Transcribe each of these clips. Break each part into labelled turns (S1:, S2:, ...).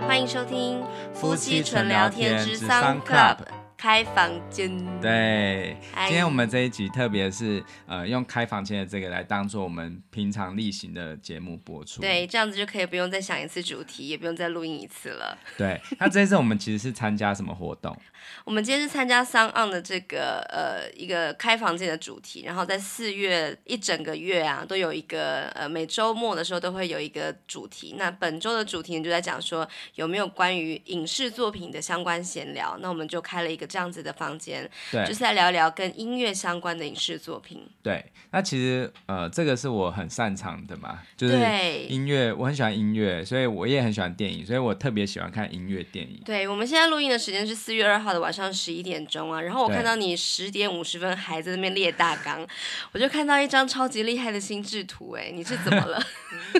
S1: 欢迎收听
S2: 夫妻纯聊天之桑 Club
S1: 开房间。
S2: 对，
S1: 嗨
S2: 今天我们这一集特别是呃用开房间的这个来当做我们平常例行的节目播出。
S1: 对，这样子就可以不用再想一次主题，也不用再录音一次了。
S2: 对，那这一次我们其实是参加什么活 动？
S1: 我们今天是参加桑岸的这个呃一个开房间的主题，然后在四月一整个月啊，都有一个呃每周末的时候都会有一个主题。那本周的主题就在讲说有没有关于影视作品的相关闲聊，那我们就开了一个这样子的房间，
S2: 对
S1: 就是来聊聊跟音乐相关的影视作品。
S2: 对，那其实呃这个是我很擅长的嘛，就是
S1: 对
S2: 音乐，我很喜欢音乐，所以我也很喜欢电影，所以我特别喜欢看音乐电影。
S1: 对，我们现在录音的时间是四月二号的晚上十一点钟啊，然后我
S2: 对
S1: 看到你十点五十分还在那边列大纲，我就看到一张超级厉害的心智图、哎，你是怎 么了？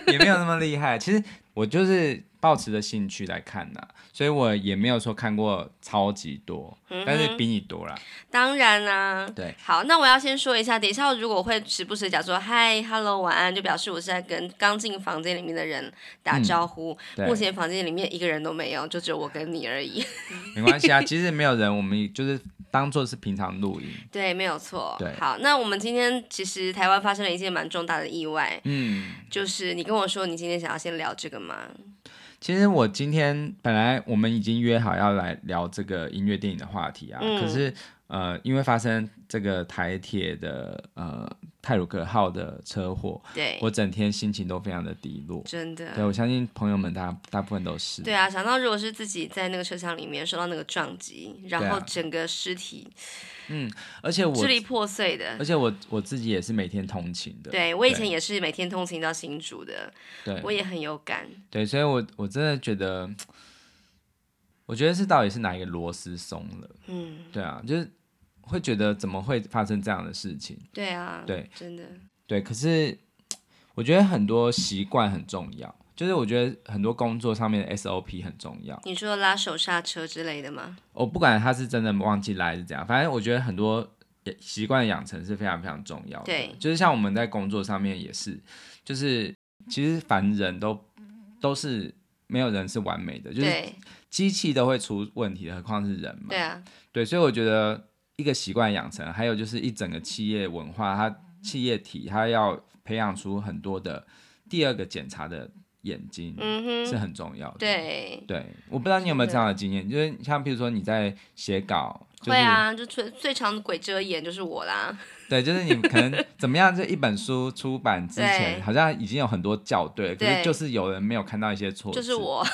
S2: 也没有那么 厉害。其实我就是抱持着兴趣来看的，所以我也没有说看过超级多，但是比你多啦。
S1: 嗯当然啦、
S2: 对，
S1: 好，那我要先说一下，等一下我如果会时不时讲说嗨、hello、晚安，就表示我是在跟刚进房间里面的人打招呼。
S2: 嗯对
S1: 目前房间里面一个人都没有，就只有我跟你而已。
S2: 没关系啊。其实没有人，我们就是当做是平常录音。
S1: 对，没有错
S2: 对。
S1: 好，那我们今天其实台湾发生了一件蛮重大的意外，
S2: 嗯，
S1: 就是你跟我说你今天想要先聊这个吗？
S2: 其实我今天本来我们已经约好要来聊这个音乐电影的话题啊，
S1: 嗯
S2: 可是呃，因为发生这个台铁的呃泰鲁格号的车祸，
S1: 对，
S2: 我整天心情都非常的低落。
S1: 真的。
S2: 对，我相信朋友们大大部分都是。
S1: 对啊，想到如果是自己在那个车厢里面受到那个撞击，然后
S2: 对啊
S1: 整个尸体
S2: 而且我
S1: 支离破碎的
S2: 而，且我我自己也是每天通勤的，
S1: 对我以前
S2: 对
S1: 也是每天通勤到新竹的，
S2: 对
S1: 我也很有感。
S2: 对，所以我我真的觉得，我觉得是到底是哪一个螺丝松了，
S1: 嗯，
S2: 对啊，就是会觉得怎么会发生这样的事情，
S1: 对啊，
S2: 对，
S1: 真的，
S2: 对，可是我觉得很多习惯很重要，就是我觉得很多工作上面的 SOP 很重要，
S1: 你说拉手刹车之类的吗？
S2: 我、不管他是真的忘记来还是怎样，反正我觉得很多也习惯的养成是非常非常重要的。
S1: 对
S2: 就是像我们在工作上面也是，就是其实凡人都都是没有人是完美的，就是
S1: 对，
S2: 机器都会出问题的，何况是人嘛。
S1: 对啊，
S2: 对，所以我觉得一个习惯养成，还有就是一整个企业文化，它
S1: 嗯
S2: 企业体它要培养出很多的第二个检查的眼睛、
S1: 嗯
S2: 是
S1: 哼，
S2: 很重要的。
S1: 对，
S2: 对，我不知道你有没有
S1: 是
S2: 这样的经验，就是像譬如说你在写稿，就是、
S1: 会啊，就最最长的鬼遮眼就是我啦，
S2: 对，就是你可能怎么样，这一本书出版之前
S1: 对
S2: 好像已经有很多校对，可
S1: 对
S2: 是就是有人没有看到一些错，
S1: 就是，我。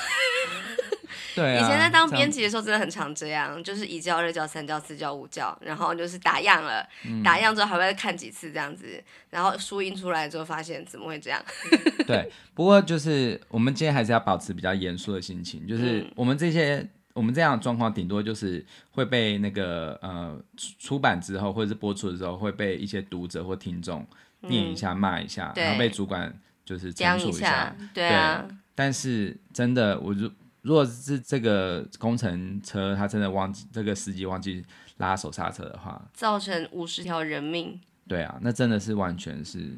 S2: 对、啊，
S1: 以前在当
S2: 这
S1: 编
S2: 样，
S1: 辑的时候，真的很常这样，就是一教、二教、三教、四教、五教，然后就是打样了，
S2: 嗯
S1: 打样之后还会再看几次这样子，然后书印出来之后发现怎么会这样？
S2: 对，不过就是我们今天还是要保持比较严肃的心情，就是
S1: 嗯
S2: 我们这些。我们这样的状况，顶多就是会被那个呃出出版之后，或者是播出的时候，会被一些读者或听众念一下、骂一下，然后
S1: 对
S2: 被主管就是
S1: 这样
S2: 惩处
S1: 下，对
S2: 对
S1: 啊，
S2: 但是真的，我如如果是这个工程车，他真的忘记这个司机忘记拉手刹车的话，
S1: 造成五十条人命，
S2: 对啊，那真的是完全是，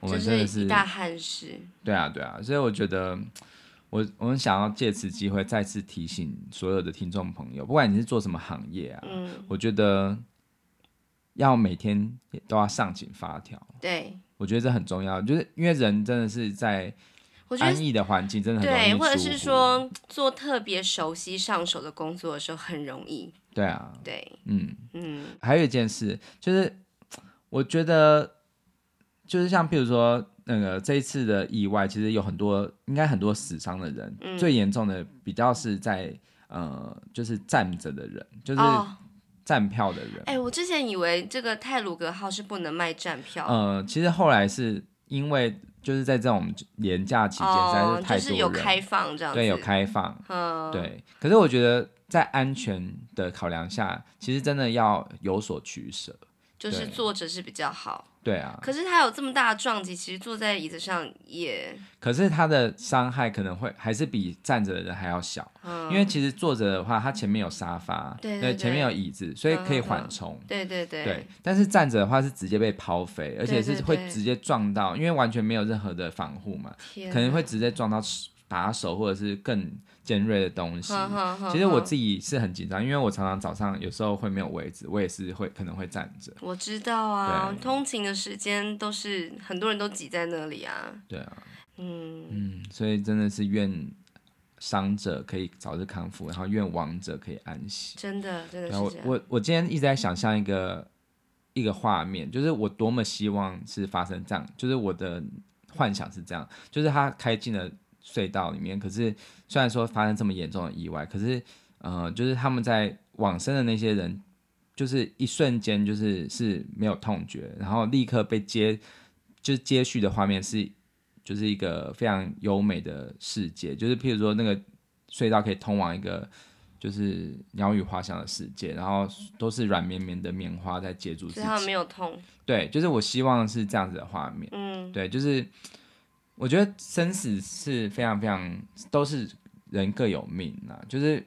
S2: 我
S1: 这
S2: 们真的
S1: 一大憾事。
S2: 对啊对啊，所以我觉得。我我们想要借此机会再次提醒所有的听众朋友，不管你是做什么行业啊，
S1: 嗯，
S2: 我觉得要每天都要上紧发条，
S1: 对，
S2: 我觉得这很重要，就是因为人真的是在
S1: 我觉得
S2: 安逸的环境，真的很容易
S1: 对，或者
S2: 疏
S1: 是
S2: 忽，
S1: 说做特别熟悉上手的工作的时候很容易，
S2: 对啊，
S1: 对，
S2: 嗯，
S1: 嗯，
S2: 还有一件事，就是我觉得，就是像譬如说那个这一次的意外，其实有很多，应该很多死伤的人，
S1: 嗯
S2: 最严重的比较是在呃，就是站着的人，就是
S1: 哦，
S2: 站票的人。
S1: 哎、我之前以为这个泰鲁格号是不能卖站票，
S2: 呃，其实后来是因为就是在这种廉价期间，实在
S1: 哦
S2: 是，太
S1: 就是
S2: 多
S1: 有
S2: 人，
S1: 开放这样子，
S2: 对，有开放，
S1: 嗯，
S2: 对。可是我觉得在安全的考量下，其实真的要有所取舍。
S1: 就是
S2: 对
S1: 坐着是比较好。
S2: 对啊，
S1: 可是他有这么大的撞击，其实坐在椅子上也，
S2: 可是它的伤害可能会还是比站着的人还要小，
S1: 嗯，
S2: 因为其实坐着的话，它前面有沙发，
S1: 对对对
S2: 前面有椅子，所以可以
S1: 嗯嗯嗯
S2: 缓冲。
S1: 对对对
S2: 对，但是站着的话是直接被抛飞，而且
S1: 对
S2: 是
S1: 对
S2: 会
S1: 对
S2: 直接撞到，因为完全没有任何的防护嘛，
S1: 天
S2: 可能
S1: 哪
S2: 会直接撞到把手或者是更尖锐的东西。
S1: 哼哼哼
S2: 其实我
S1: 哼
S2: 自己是很紧张，因为我常常早上有时候会没有位置，我也是会可能会站着。
S1: 我知道啊
S2: 对，
S1: 通勤的时间都是很多人都挤在那里啊。
S2: 对啊，
S1: 嗯，
S2: 嗯，所以真的是愿伤者可以早日康复，然后愿亡者可以安息。
S1: 真的真的
S2: 然后
S1: 是这
S2: 啊我
S1: 样。
S2: 我我今天一直在想象一个一个画面，就是我多么希望是发生这样，就是我的幻想是这样，就是他开进了隧道里面，可是虽然说发生这么严重的意外，可是呃，就是他们在往生的那些人，就是一瞬间就是是没有痛觉，然后立刻被接，就是接续的画面是。就是一个非常优美的世界，就是譬如说那个隧道可以通往一个就是鸟语花香的世界，然后都是软绵绵的棉花在接住自
S1: 所以他们
S2: 己。
S1: 没有痛。
S2: 对，就是我希望是这样子的画面。
S1: 嗯，
S2: 对，就是我觉得生死是非常非常都是人各有命啊，就是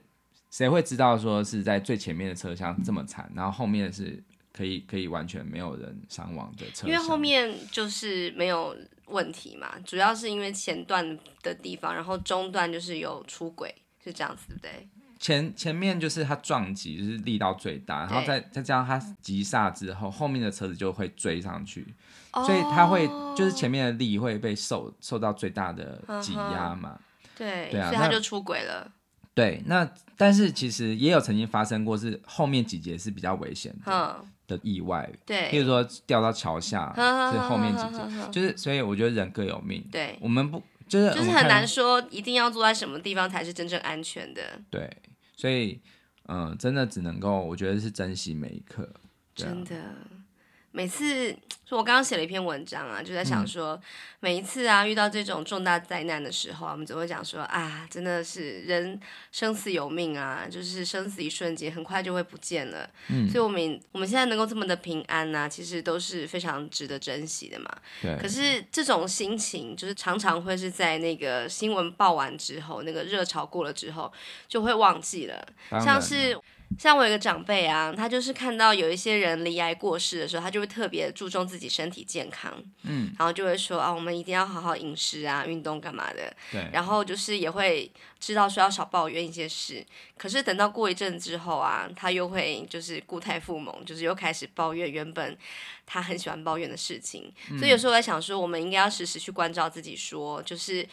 S2: 谁会知道说是在最前面的车厢这么惨，然后后面是可以可以完全没有人伤亡的车厢，
S1: 因为后面就是没有问题嘛，主要是因为前段的地方，然后中段就是有出轨，是这样子，对不对？
S2: 前前面就是它撞击就是力道最大，然后
S1: 对
S2: 再再加上它急刹之后，后面的车子就会追上去，
S1: 哦
S2: 所以它会就是前面的力会被受受到最大的挤压
S1: 嗯
S2: 嘛。
S1: 对，
S2: 对啊
S1: 所以他
S2: 那
S1: 就出轨了。
S2: 对，那但是其实也有曾经发生过是后面几节是比较危险的
S1: 嗯，
S2: 的意外，
S1: 对。
S2: 譬如说掉到桥下
S1: 呵呵呵
S2: 是后面几
S1: 呵呵
S2: 节，
S1: 呵
S2: 就是所以我觉得人各有命，
S1: 对，
S2: 我们不就是
S1: 哎就
S2: 我
S1: 是
S2: 们
S1: 很
S2: 看
S1: 难说一定要坐在什么地方才是真正安全的，
S2: 对，所以嗯、真的只能够我觉得是珍惜每一刻。对啊
S1: 真的。每次，就我刚刚写了一篇文章啊，就在
S2: 嗯
S1: 想说，每一次啊遇到这种重大灾难的时候啊，我们总会讲说啊，真的是人生死有命啊，就是生死一瞬间，很快就会不见了。
S2: 嗯
S1: 所以我们我们现在能够这么的平安呐、其实都是非常值得珍惜的嘛。
S2: 对，
S1: 可是这种心情，就是常常会是在那个新闻报完之后，那个热潮过了之后，就会忘记了。
S2: 当然
S1: 像是像我有一个长辈啊，他就是看到有一些人离癌过世的时候，他就会特别注重自己身体健康，嗯，然后就会说啊，我们一定要好好饮食啊，运动干嘛的，
S2: 对
S1: 然后就是也会知道说要少抱怨一些事，可是等到过一阵之后啊，他又会就是固态复萌，就是又开始抱怨原本他很喜欢抱怨的事情。所以有时候我在想说，我们应该要时时去关照自己说就是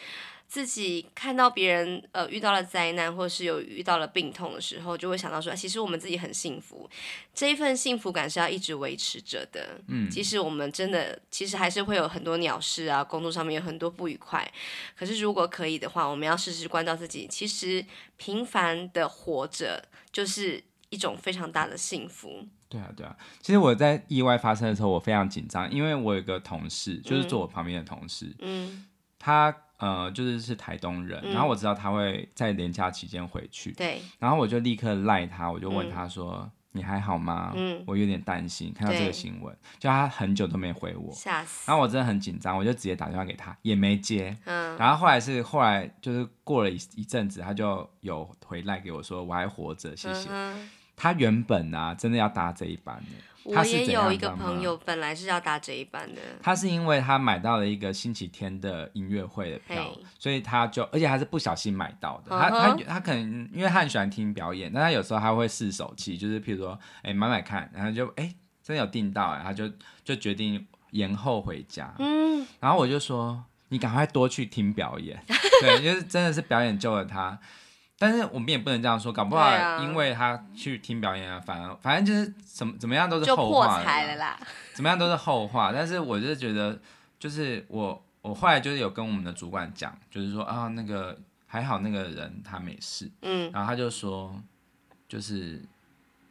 S1: 自己看到别人呃遇到了灾难，或是有遇到了病痛的时候，就会想到说，啊其实啊我们自己很幸福，这一份幸福感是要一直维持着的。嗯，即使我们真的其实还是会有很多鸟事啊，工作上面有很多不愉快，可是如果可以的话，我们要时时关照自己，其实平凡的活着就是一种非常大的幸福。
S2: 对啊，对啊。其实我在意外发生的时候，我非常紧张，因为我有一个同事，就是坐我旁边的同事，
S1: 嗯，
S2: 他呃就是是台东人，然后我知道他会在连假期间回去，
S1: 对，
S2: 然后我就立刻赖他，我就问他说。你还好吗？
S1: 嗯
S2: 我有点担心，看到这
S1: 对
S2: 个新闻，就他很久都没回我，
S1: 吓死。
S2: 然后我真的很紧张，我就直接打电话给他，也没接。
S1: 嗯，
S2: 然后后来是后来就是过了一一阵子，他就有回来给我说我还活着，谢谢。
S1: 嗯
S2: 他原本啊真的要搭这一班的，
S1: 哼我
S2: 他是
S1: 也
S2: 怎样
S1: 有一个
S2: 知道吗
S1: 朋友，本来是要搭这一班 的，
S2: 他是因为他买到了一个星期天的音乐会的票
S1: 嘿，
S2: 所以他就，而且他是不小心买到的。
S1: 嗯
S2: 他他
S1: 哼
S2: 他可能因为他很喜欢听表演，但他有时候他会试手气，就是譬如说，哎、买买看，然后就哎、真的有订到、哎，他就就决定延后回家。
S1: 嗯，
S2: 然后我就说，你赶快多去听表演， 对，就是真的是表演救了他。但是我们也不能这样说，搞不好
S1: 对啊
S2: 因为他去听表演啊，反而反正就是怎么怎么样都是
S1: 就
S2: 后
S1: 破
S2: 话
S1: 财了
S2: 啦
S1: 啦。
S2: 怎么样都是后话。但是我就是觉得，就是我我后来就是有跟我们的主管讲，就是说啊，那个还好那个人他没事，
S1: 嗯，
S2: 然后他就说，就是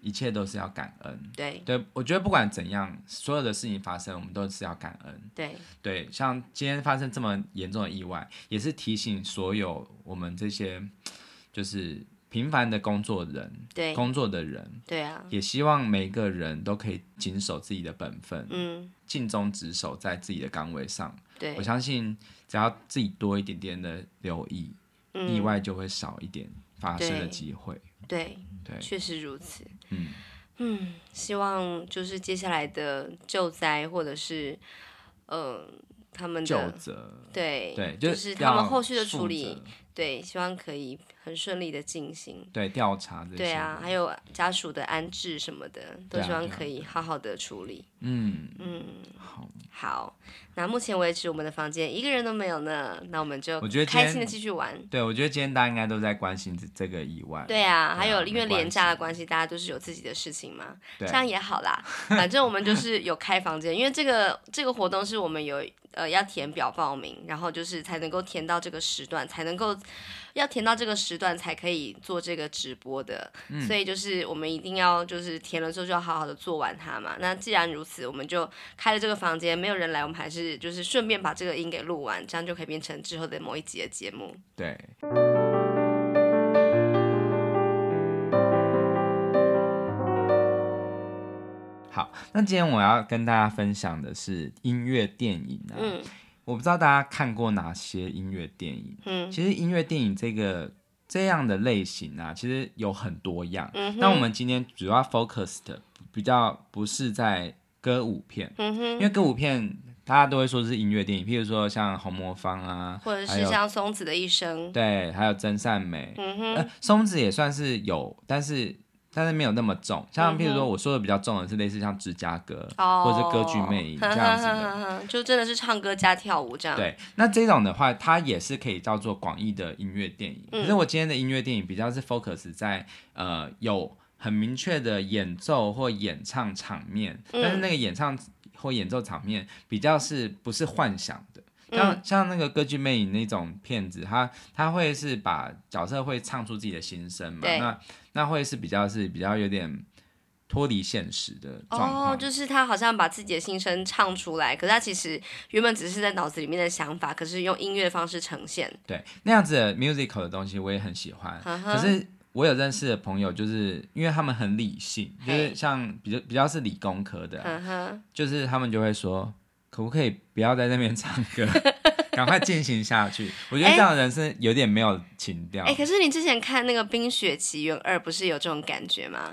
S2: 一切都是要感恩。
S1: 对
S2: 对，我觉得不管怎样，所有的事情发生，我们都是要感恩。
S1: 对，
S2: 对，像今天发生这么严重的意外，也是提醒所有我们这些就是平凡的工作人、
S1: 对
S2: 工作的人，
S1: 对啊，
S2: 也希望每个人都可以谨守自己的本分，
S1: 嗯，
S2: 尽忠职守在自己的岗位上。
S1: 对
S2: 我，相信，只要自己多一点点的留意，意
S1: 嗯，
S2: 外就会少一点发生的
S1: 对
S2: 机会。
S1: 对，
S2: 对，
S1: 确实如此。
S2: 嗯，
S1: 嗯，希望就是接下来的救灾或者是，呃，他们
S2: 就
S1: 的
S2: 责，
S1: 对
S2: 对，
S1: 就是他们
S2: 要
S1: 后续的
S2: 负
S1: 处理
S2: 责，
S1: 对，希望可以很顺利的进行。
S2: 对调查这些。
S1: 对啊，还有家属的安置什么的，都
S2: 对啊
S1: 希望
S2: 对啊
S1: 可以好好的处理。
S2: 嗯，
S1: 嗯，
S2: 好，
S1: 好，那目前为止我们的房间一个人都没有呢，那我们就
S2: 我觉得今
S1: 开
S2: 天
S1: 心的继续玩。
S2: 对我觉得今天大家应该都在关心这这个意外。
S1: 对啊，还有
S2: 没
S1: 因为
S2: 关
S1: 廉价的
S2: 系
S1: 关系，大家都是有自己的事情嘛，
S2: 对
S1: 这样也好 啦。反正我们就是有开房间，因为这个这个活动是我们有呃要填表报名，然后就是才能够填到这个时段，才能够要填到这个时段才可以做这个直播的。
S2: 嗯
S1: 所以就是我们一定要就是填了之后就要好好的做完它嘛。那既然如此，我们就开了这个房间，没有人来，我们还是就是顺便把这个音给录完，这样就可以变成之后的某一集的节目。
S2: 对，好，那今天我要跟大家分享的是音乐电影啊。
S1: 嗯
S2: 我不知道大家看过哪些音乐电影。
S1: 嗯
S2: 其实音乐电影这个这样的类型啊，其实有很多样。
S1: 嗯哼
S2: 但我们今天主要 focus 的比较不是在歌舞片，
S1: 嗯哼
S2: 因。为歌舞片大家都会说是音乐电影，譬如说像红魔方啊，
S1: 或者
S2: 还
S1: 是
S2: 有
S1: 像松子的一生，
S2: 对，还有真善美，
S1: 嗯哼，
S2: 呃，松子也算是有，但是但是没有那么重。像譬如说，我说的比较重的是类似像芝加哥、
S1: 哦，
S2: 或者是歌剧 魅影这样子的。
S1: 的， 就真的是唱歌加跳舞这样，，
S2: 对，那这种的话，它也是可以叫做广义的音乐电影。可是我今天的音乐电影比较是 focus 在呃有很明确的演奏或演唱场面，但是那个演唱或演奏场面比较是不是幻想的。
S1: 嗯
S2: 像像那个歌剧魅影那种片子，他他会是把角色会唱出自己的心声嘛？
S1: 对
S2: 那那会是比较是比较有点脱离现实的状况。
S1: 哦，就是他好像把自己的心声唱出来，可是他其实原本只是在脑子里面的想法，可是用音乐方式呈现，
S2: 对，那样子的 musical 的东西我也很喜欢。
S1: 嗯哼
S2: 可是我有认识的朋友，就是因为他们很理性，就
S1: 嘿
S2: 是像比较比较是理工科的啊、
S1: 嗯哼，
S2: 就是他们就会说，可不可以不要在那边唱 歌，赶快进行下去。我觉得
S1: 哎
S2: 这样的人是有点没有情调。
S1: 哎，可是你之前看那个《冰雪奇缘二》，不是有这种感觉吗？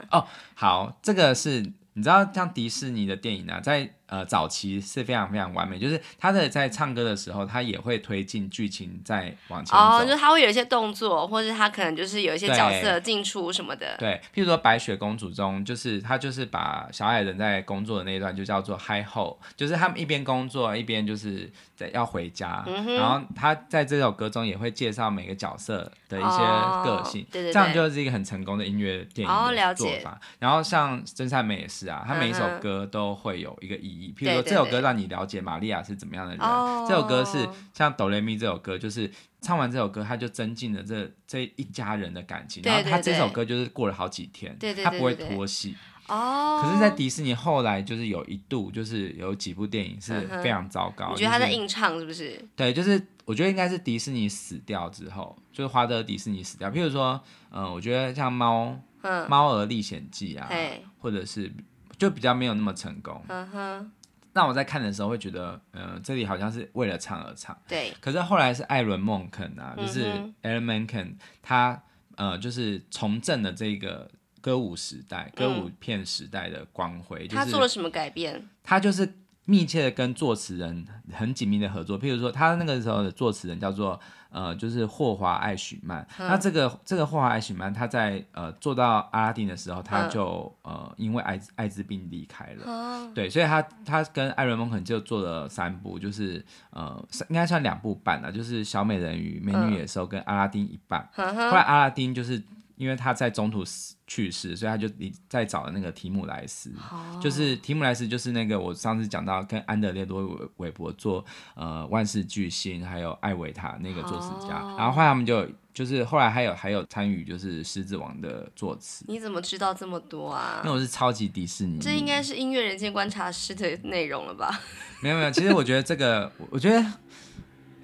S2: 好，这个是你知道，像迪士尼的电影啊，在呃早期是非常非常完美，就是他的在唱歌的时候，他也会推进剧情再往前走。
S1: 哦，就是他会有一些动作，或者他可能就是有一些角色进出什么的，
S2: 对，譬如说《白雪公主》中，就是她就是把小矮人在工作的那一段就叫做 high ho，就是他们一边工作一边就是在要回家，
S1: 嗯
S2: 然后他在这首歌中也会介绍每个角色的一些个性，
S1: 哦对对
S2: 这样
S1: 对
S2: 就是一个很成功的音乐电
S1: 哦
S2: 影
S1: 了
S2: 的
S1: 解
S2: 做法。然后像真善美也是啊，她每一首
S1: 嗯哼
S2: 歌都会有一个意义，譬
S1: 对
S2: 如说
S1: 嗯对
S2: 这首
S1: 对
S2: 歌让你了解玛利亚是怎么样的人，
S1: 哦
S2: 这首歌是像哆来咪这首歌就是。唱完这首歌，他就增进了这这一家人的感情，
S1: 对
S2: 然后他
S1: 对
S2: 这首
S1: 对
S2: 歌。就是过了好几天，
S1: 对对对
S2: 它不会
S1: 对对
S2: 拖戏。
S1: 哦，
S2: 可是，在迪士尼后来就是有一度就是有几部电影是
S1: 嗯哼
S2: 非常糟糕，
S1: 你觉得他在
S2: 就是
S1: 硬唱是不是？
S2: 对，就是我觉得应该是迪士尼死掉之后，就是华德迪士尼死掉。譬如说，嗯、我觉得像猫《
S1: 嗯，
S2: 猫儿历险记》啊，
S1: 嘿，
S2: 或者是就比较没有那么成功。
S1: 嗯哼，
S2: 那我在看的时候会觉得，嗯、这里好像是为了唱而唱。
S1: 对。
S2: 可是后来是艾伦·孟肯啊，就是
S1: 嗯
S2: Alan Menken，他呃就是重振了这个歌舞时代、歌舞片时代的光辉。
S1: 嗯
S2: 就
S1: 他
S2: 是
S1: 做了什么改变？
S2: 他就是密切的跟作词人很紧密的合作。譬如说，他那个时候的作词人叫做呃，就是霍华·艾许曼。
S1: 嗯
S2: 那这个这个霍华·艾许曼，他在呃做到阿拉丁的时候，他
S1: 嗯
S2: 就、呃因为艾滋艾滋病离开了。
S1: 哦，
S2: 对，所以他他跟艾伦蒙肯就做了三部，就是呃，三应该算两部半了，就是《小美人鱼》《美
S1: 嗯
S2: 女野兽》跟《阿拉丁》一半。
S1: 呵
S2: 后来
S1: 呵，
S2: 阿拉丁就是因为他在中途死去世，所以他就离再找了那个提姆莱斯。
S1: 哦
S2: 就是提姆莱斯，就是那个我上次讲到跟安德烈多韦韦伯做呃万事巨星，还有艾维塔那个作词家，
S1: 哦
S2: 然后后来他们就就是后来还有还有参与就是狮子王的作词，
S1: 你怎么知道这么多啊
S2: 因为？我是超级迪士尼迷，
S1: 这应该是音乐人间观察师的内容了吧？
S2: 没有没有，其实我觉得这个，我我觉得，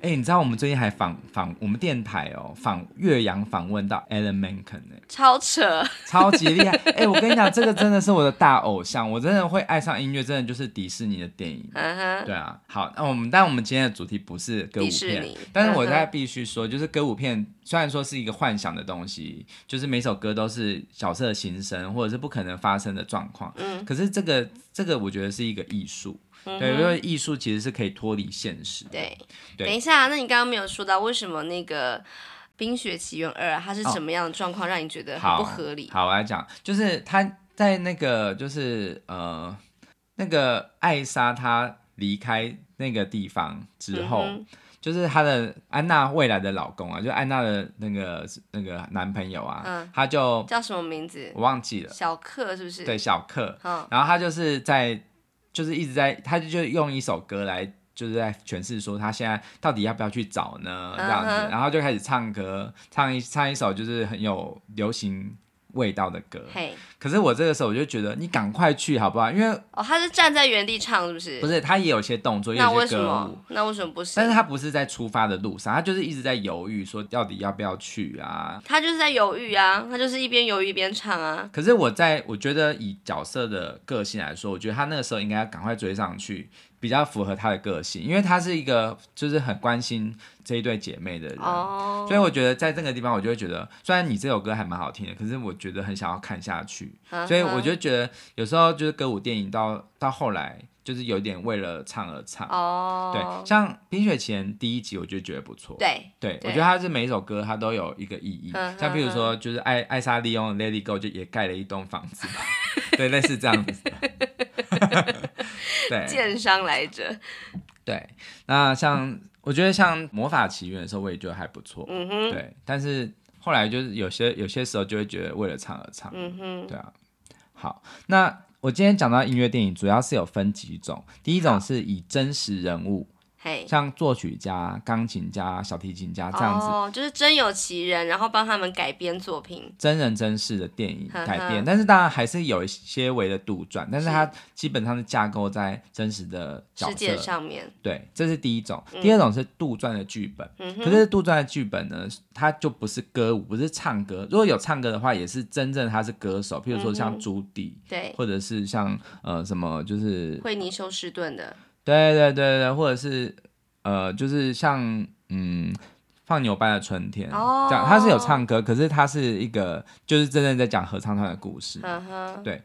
S2: 哎、你知道我们最近还访访我们电台哦，访岳阳访问到 Alan Menken 呢、
S1: 超扯！
S2: 超级厉害！哎、我跟你讲，这个真的是我的大偶像，我真的会爱上音乐，真的就是迪士尼的电影。
S1: 嗯哼，
S2: 对啊，好，那我们但我们今天的主题不是歌舞
S1: 迪士
S2: 片
S1: 尼，
S2: 但是我
S1: 嗯哼
S2: 在必须说，就是歌舞片虽然说是一个幻想的东西，就是每首歌都是角色的心声或者是不可能发生的状况，
S1: 嗯
S2: 可是这个这个我觉得是一个艺术，对，因为艺术其实是可以脱离现实的，
S1: 对，
S2: 对
S1: 等一下，那你刚刚没有说到为什么那个冰雪奇缘二》啊它是
S2: 哦
S1: 什么样的状况让你觉得很
S2: 好
S1: 不合理？嗯
S2: 好，我来讲，就是他在那个就是呃那个艾莎她离开那个地方之后，
S1: 嗯
S2: 就是她的安娜未来的老公啊，就安娜的那个那个男朋友啊，
S1: 嗯
S2: 他就
S1: 哼叫什么名字？
S2: 我忘记了，
S1: 小克是不是？
S2: 对，小克，
S1: 嗯，
S2: 然后他就是在，就是一直在，他就用一首歌来，就是在诠释说他现在到底要不要去找呢？这样子
S1: 嗯哼
S2: 然后就开始唱歌，唱一唱一首就是很有流行味道的歌。
S1: 嘿，
S2: 可是我这个时候我就觉得，你赶快去好不好？因为
S1: 哦，他是站在原地唱是不是？
S2: 不是他也有些动作，也
S1: 呃那
S2: 有
S1: 为
S2: 些
S1: 什
S2: 歌舞
S1: 么。？那为什么不行？
S2: 但是他不是在出发的路上，他就是一直在犹豫，说到底要不要去啊？
S1: 他就是在犹豫啊，他就是一边犹豫一边唱啊。
S2: 可是我在我觉得以角色的个性来说，我觉得他那个时候应该要赶快追上去，比较符合他的个性，因为他是一个就是很关心这一对姐妹的人。
S1: 哦，
S2: 所以我觉得在这个地方，我就会觉得，虽然你这首歌还蛮好听的，可是我觉得很想要看下去。
S1: 嗯
S2: 所以我
S1: 哼
S2: 就觉得有时候就是歌舞电影到到后来，就是有点为了唱而唱。
S1: 哦
S2: 对，，像《冰雪奇缘》第一集，我就觉得不错。
S1: 对
S2: 对，
S1: 对
S2: 我觉得它是每一首歌它都有一个意义
S1: 嗯，
S2: 像譬如说就是艾艾莎利用《Let It Go》就也盖了一栋 房子吧，对，类似这样子的。对
S1: 剑商来着，
S2: 对，那像我觉得像《魔法奇缘》的时候，我也觉得还不错，
S1: 嗯哼，
S2: 对，但是后来就是有些有些时候就会觉得为了唱而唱，
S1: 嗯哼，
S2: 对啊。好，那我今天讲到音乐电影，主要是有分几种，第一种是以真实人物，
S1: 嘿，
S2: 像作曲家、钢琴家、小提琴家这样子
S1: 哦，就是真有其人，然后帮他们改编作品，
S2: 真人真事的电影改
S1: 呵呵
S2: 编，但是当然还是有一些微的杜撰，但是
S1: 是
S2: 它基本上是架构在真实的角
S1: 世界
S2: 色。
S1: 上面，
S2: 对，这是第一种。第二种是杜撰的剧本，
S1: 嗯
S2: 可
S1: 哼，
S2: 是杜撰的剧本呢，它就不是歌舞，不是唱歌。如果有唱歌的话，也是真正他是歌手，譬如说
S1: 嗯
S2: 像
S1: 哼
S2: 朱迪，
S1: 对，
S2: 或者是像呃什么，就是
S1: 惠妮休斯顿的，
S2: 对对对对，或者是呃，就是像嗯，放牛班的春天，
S1: 哦
S2: 这样他是有唱歌，可是他是一个就是真正在讲合唱团的故事。
S1: 嗯哼，
S2: 对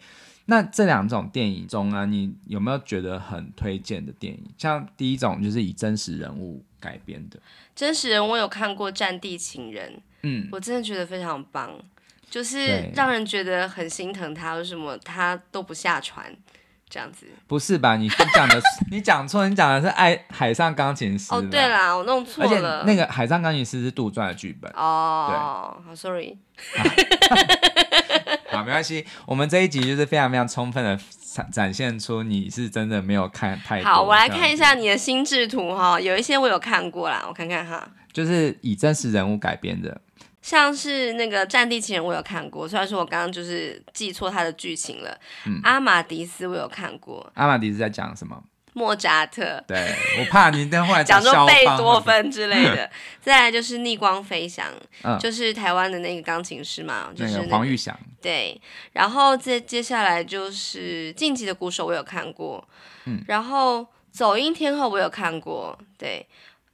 S2: 那这两种电影中啊，你有没有觉得很推荐的电影？像第一种就是以真实人物改编的，
S1: 真实人我有看过《战地情人》，
S2: 嗯，
S1: 我真的觉得非常棒，就是
S2: 对
S1: 让人觉得很心疼他，为什么他都不下船这样子？
S2: 不是 吧？你你讲的你讲错，你讲的是爱海上钢琴师
S1: 哦，
S2: 啦
S1: 对啦，我弄错
S2: 而且
S1: 了。
S2: 那个海上钢琴师是杜撰的剧本。
S1: 哦，好，sorry，
S2: 好，没关系，我们这一集就是非常非常充分的展展现出你是真的没有看太多。
S1: 好，我来
S2: 这样
S1: 看一下你的心智图哈，有一些我有看过啦，我看看哈，
S2: 就是以真实人物改编的。
S1: 像是那个《战地情人》我有看过，虽然说我刚刚就是记错它的剧情了，
S2: 嗯
S1: 阿玛迪斯》我有看过，
S2: 阿玛迪是在讲什么？
S1: 莫扎特。
S2: 对我怕你等会儿
S1: 讲
S2: 消
S1: 说
S2: 防
S1: 贝多芬之类 的，再来就是逆光飞翔，
S2: 嗯
S1: 就是台湾的那个钢琴师嘛，就
S2: 那
S1: 是
S2: 个
S1: 那
S2: 黄玉祥，
S1: 对，然后接接下来就是《晋级的鼓手》，我有看过，嗯，然后《走音天后》我有看过，对，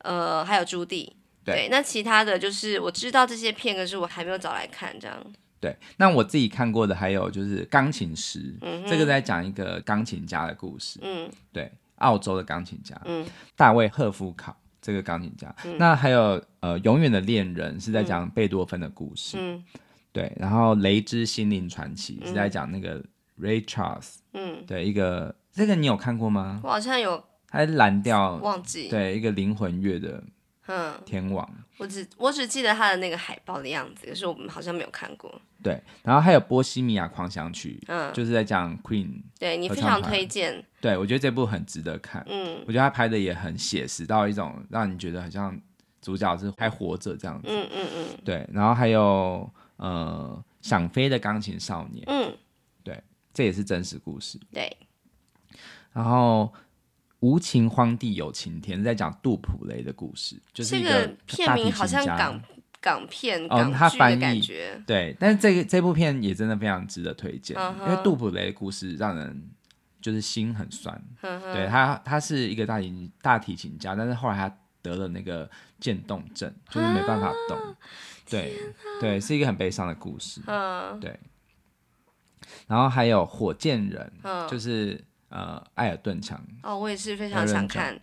S1: 呃，还有朱棣，
S2: 对
S1: 那其他的就是我知道这些片，可是我还没有找来看，这样，
S2: 对。那我自己看过的还有就是钢琴师，
S1: 嗯哼
S2: 这个在讲一个钢琴家的故事，
S1: 嗯
S2: 对，澳洲的钢琴家，
S1: 嗯，
S2: 大卫赫夫考这个钢琴家。那还有呃，永远的恋人是在讲贝多芬的故事，
S1: 嗯
S2: 对。然后雷之心灵传奇是在讲那个 Ray Charles。
S1: 嗯，
S2: 对，一个这个你有看过吗？
S1: 我好像有
S2: 它是蓝调，
S1: 忘记，
S2: 哦对，一个灵魂乐的
S1: 嗯，
S2: 天王，
S1: 我只我只记得他的那个海报的样子，可是我们好像没有看过，
S2: 对，然后还有《波西米亚狂想曲》，
S1: 嗯，
S2: 就是在讲 Queen，
S1: 对你
S2: 合
S1: 非
S2: 唱
S1: 常
S2: 团
S1: 推荐，
S2: 对我觉得这部很值得看，
S1: 嗯
S2: 我觉得他拍的也很写实，到一种让你觉得好像主角是还活着这样子，
S1: 嗯嗯嗯
S2: 对，然后还有呃，想飞的钢琴少年，
S1: 嗯，
S2: 这也是真实故事，
S1: 对，
S2: 然后。无情荒地有晴天是在讲杜普雷的故事，就是
S1: 这
S2: 一
S1: 个片
S2: 大提
S1: 名好
S2: 琴
S1: 像
S2: 家
S1: 港港片
S2: 哦
S1: 港
S2: 他
S1: 剧
S2: 翻
S1: 的
S2: 译
S1: 感觉。
S2: 对，但是这个这部片也真的非常值得推荐
S1: 嗯哼
S2: 因为杜普雷的故事让人就是心很酸。
S1: 嗯哼
S2: 对他，他是一个大提大提琴家，但是后来他得了那个渐冻症，就是没办法动。
S1: 啊
S2: 对对，是一个很悲伤的故事。
S1: 嗯
S2: 对，然后还有火箭人，
S1: 嗯，
S2: 就是呃艾尔顿强，
S1: 哦，我也是非常想看，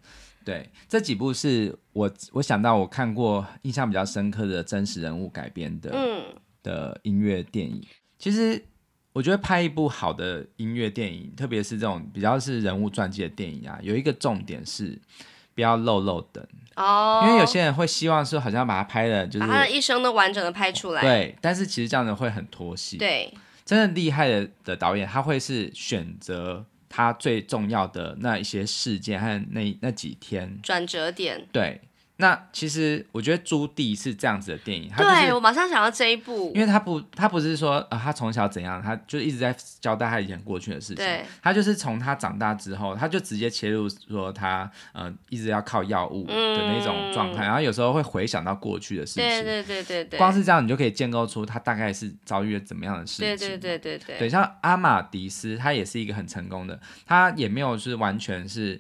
S2: 对，这几部是我我想到我看过印象比较深刻的真实人物改编的、
S1: 嗯，
S2: 的音乐电影。其实我觉得拍一部好的音乐电影，特别是这种比较是人物传记的电影啊，有一个重点是不要漏漏等，
S1: 哦，
S2: 因为有些人会希望说好像把它拍的就是
S1: 把他的一生都完整的拍出来，
S2: 对，但是其实这样的会很拖戏。
S1: 对
S2: 真的厉害的的导演，他会是选择他最重要的那一些事件和那那几天。
S1: 转折点。
S2: 对，那其实我觉得朱棣是这样子的电影，他就
S1: 对
S2: 是
S1: 我马上想到这一部，
S2: 因为他不他不是说呃他从小怎样，他就一直在交代他以前过去的事情
S1: 对。
S2: 他就是从他长大之后，他就直接切入说他呃一直要靠药物的那种状态，然后有时候会回想到过去的事情。
S1: 嗯对对对对对，
S2: 光是这样，你就可以建构出他大概是遭遇了怎么样的事情。
S1: 对对对对
S2: 对，
S1: 对，
S2: 像阿玛迪斯，他也是一个很成功的，他也没有是完全是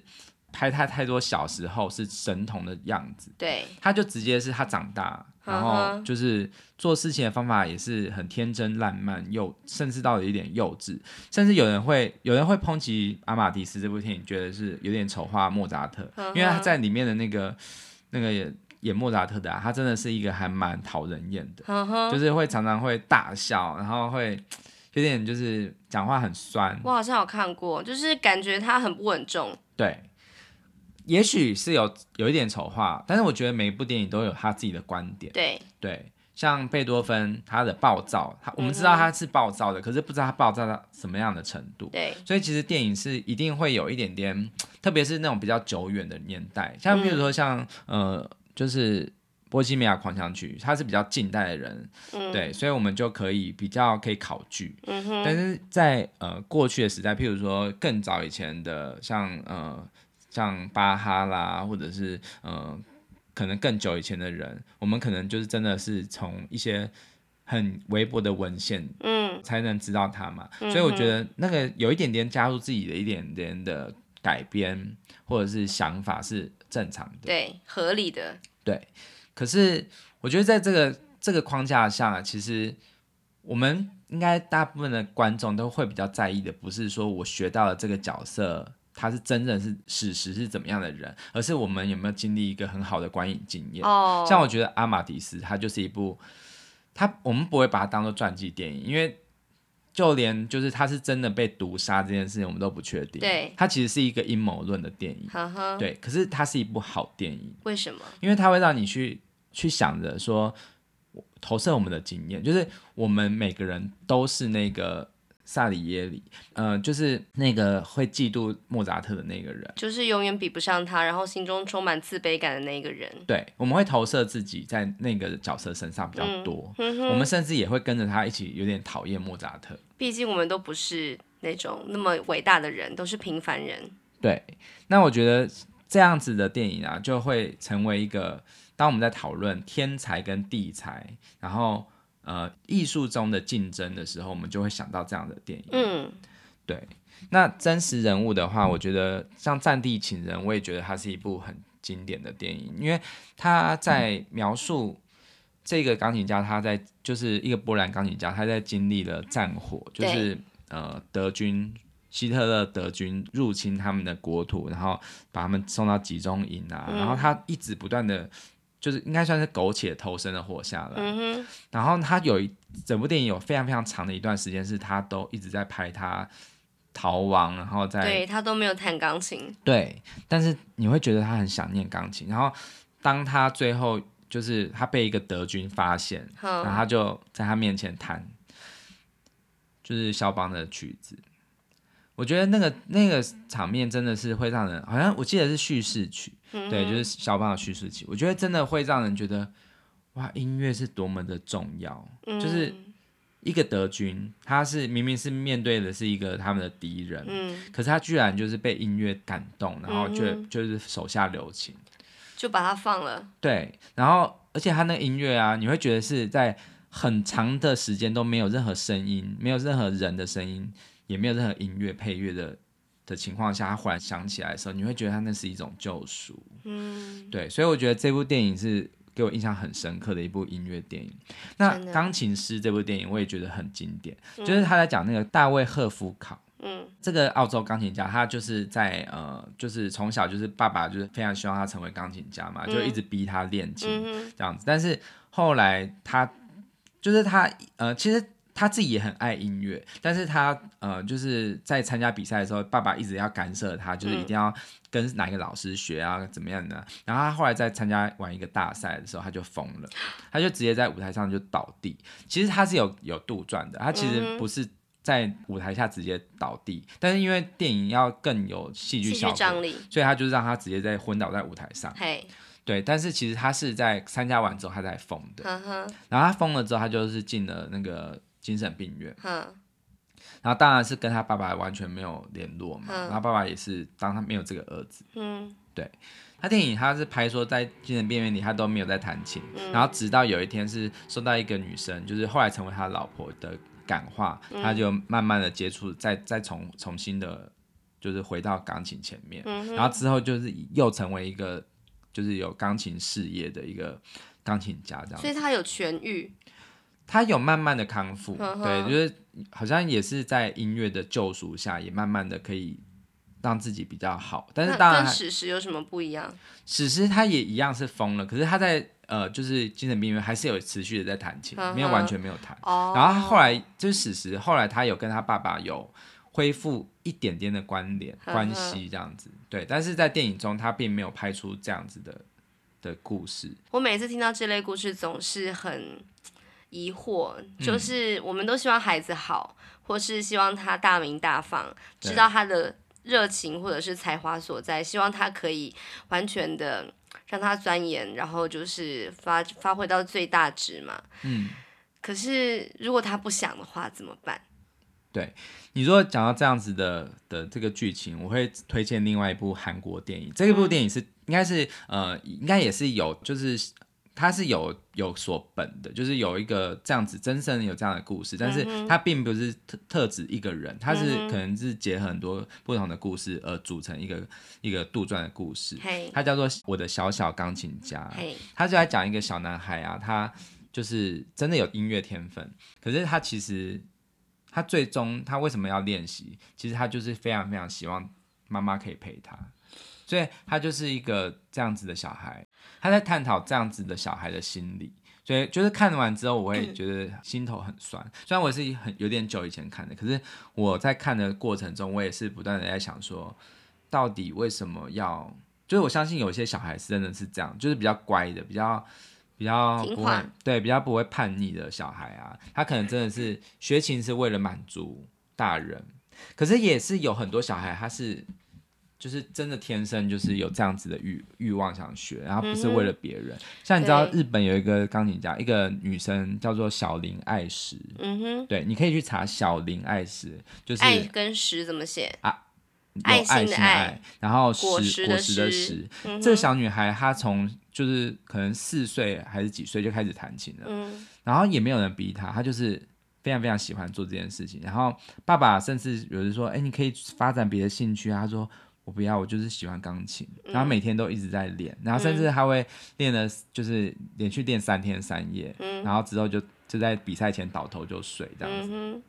S2: 拍他太多小时候是神童的样子，
S1: 对
S2: 他就直接是他长大，然后
S1: 嗯哼
S2: 就是做事情的方法也是很天真烂漫，幼甚至到有一点幼稚，甚至有人会有人会抨击阿玛迪斯这部电影，觉得是有点丑化莫扎特，因为他在里面的那个那个演演莫扎特的、啊，他真的是一个还蛮讨人厌的。
S1: 呵呵，
S2: 就是会常常会大笑，然后会有点就是讲话很酸，
S1: 我好像有看过，就是感觉他很不稳重，
S2: 对。也许是有有一点丑化，但是我觉得每一部电影都有他自己的观点。
S1: 对
S2: 对，像贝多芬他的暴躁，他我们知道他是暴躁的，可是不知道他暴躁到什么样的程度。
S1: 对
S2: 所以其实电影是一定会有一点点，特别是那种比较久远的年代，像比如说像、呃，就是《波西米亚狂想曲》，他是比较近代的人，
S1: 嗯
S2: 对，所以我们就可以比较可以考据。但是在呃过去的时代，譬如说更早以前的，像呃像巴哈啦，或者是呃可能更久以前的人，我们可能就是真的是从一些很微薄的文献
S1: 嗯
S2: 才能知道它嘛。所以我觉得那个有一点点加入自己的一点点的改编或者是想法是正常的。
S1: 对合理的，
S2: 对，可是我觉得在这个这个框架下，其实我们应该大部分的观众都会比较在意的，不是说我学到了这个角色他是真正是史实是怎么样的人，而是我们有没有经历一个很好的观影经验。
S1: 哦，
S2: 像我觉得《阿玛迪斯》它就是一部，它我们不会把它当做传记电影，因为就连就是他是真的被毒杀这件事情，我们都不确定。
S1: 对
S2: 它其实是一个阴谋论的电影。
S1: 呵呵，
S2: 对，可是它是一部好电影，
S1: 嗯为什么？
S2: 因为它会让你去去想着说，我投射我们的经验，就是我们每个人都是那个萨里耶里，呃，就是那个会嫉妒莫扎特的那个人。
S1: 就是永远比不上他，然后心中充满自卑感的那一个人。
S2: 对，我们会投射自己在那个角色身上比较多，我们甚至也会跟着他一起有点讨厌莫扎特。
S1: 毕竟我们都不是那种那么伟大的人，都是平凡人。
S2: 对，那我觉得这样子的电影啊，就会成为一个，当我们在讨论天才跟地才，然后呃艺术中的竞争的时候，我们就会想到这样的电影。
S1: 嗯，
S2: 对，那真实人物的话，我觉得像《战地情人》，我也觉得它是一部很经典的电影，因为它在描述这个钢琴家，他在就是一个波兰钢琴家，他在经历了战火，就是呃德军。希特勒德军入侵他们的国土，然后把他们送到集中营啊，然后他一直不断的，就是应该算是苟且偷生的活下来。
S1: 嗯哼，
S2: 然后他有一整部电影有非常非常长的一段时间是他都一直在拍他逃亡，然后在
S1: 对他都没有弹钢琴，
S2: 对但是你会觉得他很想念钢琴。然后当他最后就是他被一个德军发现，然后
S1: 哼，
S2: 他就在他面前弹，就是肖邦的曲子。我觉得那个那个场面真的是会让人，好像我记得是叙事曲，
S1: 嗯
S2: 对，就是肖邦的叙事曲。我觉得真的会让人觉得，哇，音乐是多么的重要。
S1: 嗯
S2: 就是一个德军，他是明明是面对的是一个他们的敌人，
S1: 嗯，
S2: 可是他居然就是被音乐感动，然后就、
S1: 嗯
S2: 就是手下留情。
S1: 就把它放了。
S2: 对，然后而且他那个音乐啊，你会觉得是在很长的时间都没有任何声音，没有任何人的声音，也没有任何音乐配乐的的情况下，他忽然想起来的时候，你会觉得他那是一种救赎。
S1: 嗯，
S2: 对，所以我觉得这部电影是给我印象很深刻的一部音乐电影。那
S1: 真
S2: 《
S1: 的
S2: 钢琴师》这部电影我也觉得很经典，就是他在讲那个大卫·赫夫考，
S1: 嗯
S2: 这个澳洲钢琴家，他就是在呃，就是从小就是爸爸就是非常希望他成为钢琴家嘛，就一直逼他练琴
S1: 嗯哼
S2: 这样子。但是后来他就是他呃，其实他自己也很爱音乐，但是他呃，就是在参加比赛的时候，爸爸一直要干涉他，
S1: 嗯
S2: 就是一定要跟哪一个老师学啊，怎么样的。然后他后来在参加完一个大赛的时候，他就疯了，他就直接在舞台上就倒地。其实他是有有杜撰的，他其
S1: 嗯
S2: 实
S1: 哼
S2: 不是。在舞台下直接倒地，但是因为电影要更有戏剧
S1: 戏
S2: 效
S1: 剧
S2: 果，
S1: 张力，
S2: 所以他就是让他直接在昏倒在舞台上。
S1: 嘿，
S2: 对，但是其实他是在参加完之后他才疯的，
S1: 呵呵，
S2: 然后他疯了之后，他就是进了那个精神病院，
S1: 哼，
S2: 然后当然是跟他爸爸完全没有联络嘛，
S1: 嗯
S2: 然后爸爸也是当他没有这个儿子。
S1: 嗯
S2: 他电影他是拍说在精神病院里他都没有在弹琴，
S1: 嗯
S2: 然后直到有一天是收到一个女生，就是后来成为他老婆的感化，
S1: 嗯
S2: 他就慢慢的接触，再再重重新的，就是回到钢琴前面，
S1: 嗯
S2: 然后之后就是又成为一个就是有钢琴事业的一个钢琴家这样
S1: 所。以他有痊愈，
S2: 他有慢慢的康复，
S1: 呵呵
S2: 对，就是好像也是在音乐的救赎下，也慢慢的可以让自己比较好。但是
S1: 那
S2: 当然
S1: 跟
S2: 还，
S1: 史实有什么不一样？
S2: 史诗他也一样是疯了，可是他在呃，就是精神病院还是有持续的在弹琴
S1: 呵，呵
S2: 没有完全没有弹。
S1: 哦，
S2: 然后他后来就是史实，后来他有跟他爸爸有恢复一点点的关联
S1: 呵呵
S2: 关系这样子，对。但是在电影中，他并没有拍出这样子的的故事，
S1: 我每次听到这类故事，总是很疑惑，
S2: 嗯
S1: 就是我们都希望孩子好，或是希望他大名大放，
S2: 对
S1: 知道他的热情或者是才华所在，希望他可以完全的让他钻研，然后就是发发挥到最大值嘛。
S2: 嗯。
S1: 可是如果他不想的话怎么办？
S2: 你如果讲到这样子的的这个剧情，我会推荐另外一部韩国电影。这
S1: 嗯
S2: 一部电影是、应该是呃，应该也是有，就是它是有有所本的，就是有一个这样子真正有这样的故事，但是它并不是特特指一个人，它是
S1: 嗯嗯哼
S2: 可能是结合很多不同的故事而组成一个一个杜撰的故事。
S1: 嘿，
S2: 它叫做《我的小小钢琴家》。
S1: 嘿，
S2: 他就在讲一个小男孩啊，他就是真的有音乐天分，可是他其实他最终他为什么要练习？其实他就是非常非常希望妈妈可以陪他，所以他就是一个这样子的小孩，他在探讨这样子的小孩的心理。所以就是看完之后，我
S1: 嗯
S2: 会觉得心头很酸。虽然我是很有点久以前看的，可是我在看的过程中，我也是不断的在想说，到底为什么要就是我相信有些小孩是真的是这样，就是比较乖的，比较比较
S1: 听
S2: 不
S1: 话
S2: 会对比较不会叛逆的小孩啊，他可能真的是学琴是为了满足大人，可是也是有很多小孩他是就是真的天生就是有这样子的欲欲望想学，然后不是为了别人。像你知道
S1: 对
S2: 日本有一个钢琴家，一个女生叫做小林爱实，
S1: 嗯哼，
S2: 对，你可以去查小林爱实，就是啊
S1: 爱跟实怎么写？
S2: 有
S1: 爱
S2: 爱
S1: 心的
S2: 心的
S1: 爱
S2: 爱，然后实
S1: 果
S2: 果
S1: 实
S2: 实
S1: 的
S2: 的
S1: 实
S2: 实，
S1: 嗯
S2: 这个
S1: 哼，
S2: 小女孩她从就是可能四岁还是几岁就开始弹琴了，
S1: 嗯，
S2: 然后也没有人逼她，她就是非常非常喜欢做这件事情。然后爸爸甚至有人说：“哎、你可以发展别的兴趣啊。”她说：“我不要，我就是喜欢钢琴。”然后每天都一直在练，然后甚至她会练了，就是连续练三天三夜，然后之后就就在比赛前倒头就睡这样子。
S1: 嗯哼，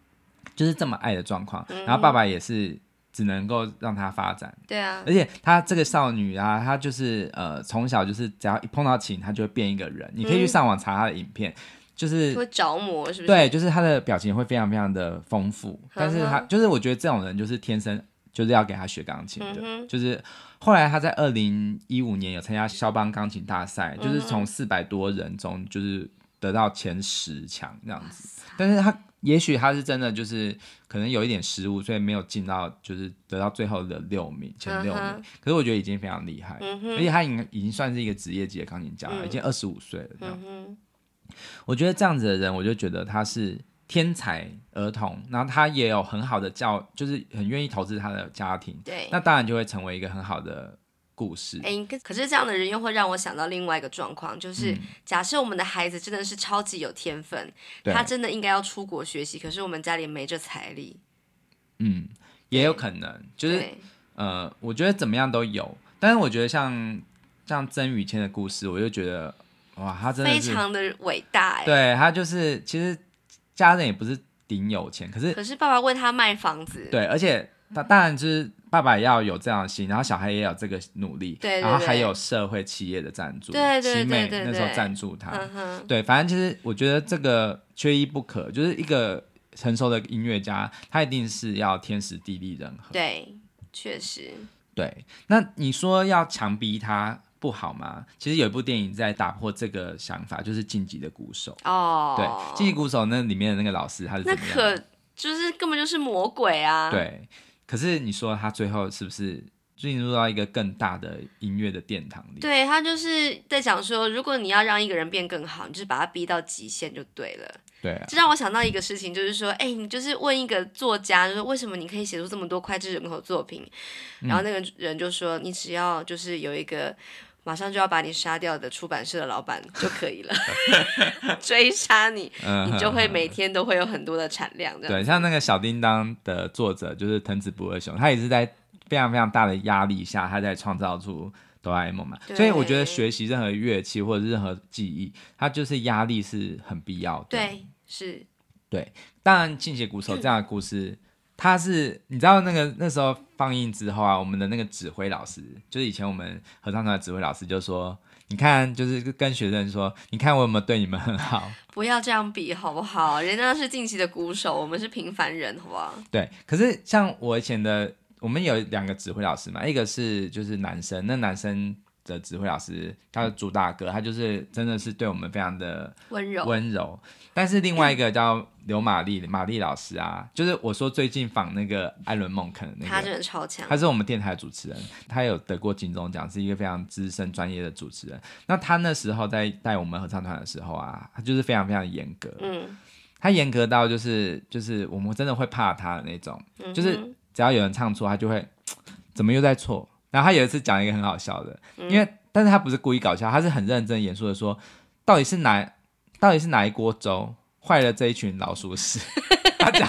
S2: 就是这么爱的状况。然后爸爸也是只能够让她发展，
S1: 对啊，
S2: 而且她这个少女啊，她就是呃从小就是只要一碰到琴，她就会变一个人。你可以去上网查她的影片，就是
S1: 会着魔是不是？
S2: 对，就是她的表情会非常非常的丰富，但是她
S1: 嗯
S2: 就是我觉得这种人就是天生。就是要给她学钢琴的，
S1: 嗯
S2: 就是后来她在二零一五年有参加肖邦钢琴大赛，
S1: 嗯
S2: 就是从四百多人中就是得到前十强这样子。但是他也许他是真的就是可能有一点失误，所以没有进到就是得到最后的六名前六名。
S1: 嗯哼
S2: 可是我觉得已经非常厉害，
S1: 嗯
S2: 而且他已经已经算是一个职业级的钢琴家了，已经二十五岁了这样。
S1: 嗯哼，
S2: 我觉得这样子的人，我就觉得他是。天才儿童，然后他也有很好的教，就是很愿意投资他的家庭，
S1: 对。
S2: 那当然就会成为一个很好的故事。
S1: 哎、可可是这样的人又会让我想到另外一个状况，
S2: 嗯
S1: 就是假设我们的孩子真的是超级有天分，
S2: 对
S1: 他真的应该要出国学习，可是我们家里没这财力，
S2: 嗯，也有可能，就是
S1: 对，
S2: 呃，我觉得怎么样都有，但是我觉得像像曾宇谦的故事，我就觉得哇，他真的
S1: 非
S2: 是，
S1: 常的伟大、哎，
S2: 对他就是其实家人也不是顶有钱，可是
S1: 可是爸爸为他卖房子，
S2: 对，而
S1: 嗯
S2: 且他当然就是爸爸要有这样的心，然后小孩也有这个努力，
S1: 对对
S2: 然后还
S1: 对
S2: 有社会企业的赞助，
S1: 对对
S2: 奇美
S1: 对对
S2: 那时候
S1: 对
S2: 赞助他，
S1: 嗯哼，
S2: 对，反正其实我觉得这个缺一不可，就是一个成熟的音乐家，他一定是要天时地利人和。
S1: 对，确实，
S2: 对，那你说要强逼他不好吗？其实有一部电影在打破这个想法，就是《晋级的鼓手》。
S1: 哦，
S2: 对，《晋级鼓手》那里面的那个老师他是
S1: 那
S2: 怎么样的？
S1: 可就是根本就是魔鬼啊！，
S2: 对，可是你说他最后是不是进入到一个更大的音乐的殿堂里？
S1: 对他就是在讲说，如果你要让一个人变更好，你就是把他逼到极限就对了。
S2: 对啊，
S1: 这让我想到一个事情，就是说，哎，你就是问一个作家，就是为什么你可以写出这么多脍炙人口作品，然后
S2: 嗯
S1: 那个人就说，你只要就是有一个。马上就要把你杀掉的出版社的老板就可以了， 追杀你，
S2: 嗯，
S1: 你就会每天都会有很多的产量。这样
S2: 对，像那个小叮当的作者就是藤子不二雄，他也是在非常非常大的压力下，他在创造出哆啦 A 梦嘛。所以我觉得
S1: 对
S2: 学习任何乐器或者是任何技艺，它就是压力是很必要的。，
S1: 对，是，
S2: 当然《进阶鼓手》这样的故事，它是你知道那个那时候放映之后啊，我们的那个指挥老师，就是以前我们合唱团的指挥老师就说。你看，就是跟学生说，你看我有没有对你们很好？
S1: 不要这样比好不好？人家是晋级的鼓手，我们是平凡人，好不好？
S2: 对，可是像我以前的，我们有两个指挥老师嘛，一个是就是男生，那男生的指挥老师他是朱大哥，他就是真的是对我们非常的
S1: 温柔，
S2: 温柔。但是另外一个叫刘玛丽，玛丽老师啊，就是我说最近访那个艾伦孟肯的那
S1: 他
S2: 个。
S1: 真的超强
S2: 他。是我们电台的主持人，他有得过金钟奖，是一个非常资深专业的主持人。那他那时候在带我们合唱团的时候啊，他就是非常非常严格，
S1: 嗯，
S2: 他严格到就是就是我们真的会怕他的那种。
S1: 嗯哼
S2: 就是 只要有人唱错，他就会怎么又在错。然后他有一次讲一个很好笑的，因为但是他不是故意搞笑，他是很认真严肃的说，到底是哪到底是哪一锅粥坏了这一群老鼠屎？他讲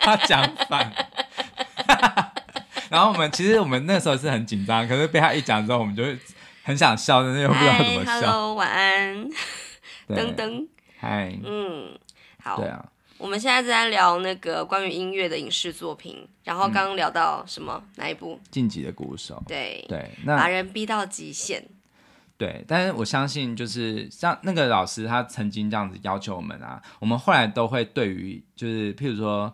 S2: 他讲反。 然后我们其实我们那时候是很紧张，可是被他一讲之后，我们就会很想笑，但是又不知道怎么
S1: 嗨哎
S2: 笑。
S1: ，Hello，晚安，
S2: 对
S1: 噔，噔，
S2: 嗨，
S1: 嗯，好
S2: 对，啊，
S1: 我们现在在聊那个关于音乐的影视作品，然后刚刚聊到什么？哪一部？
S2: 晋级的鼓手，
S1: 对，
S2: 对，那
S1: 把人逼到极限。
S2: 对，但是我相信，就是像那个老师，他曾经这样子要求我们啊，我们后来都会对于，就是譬如说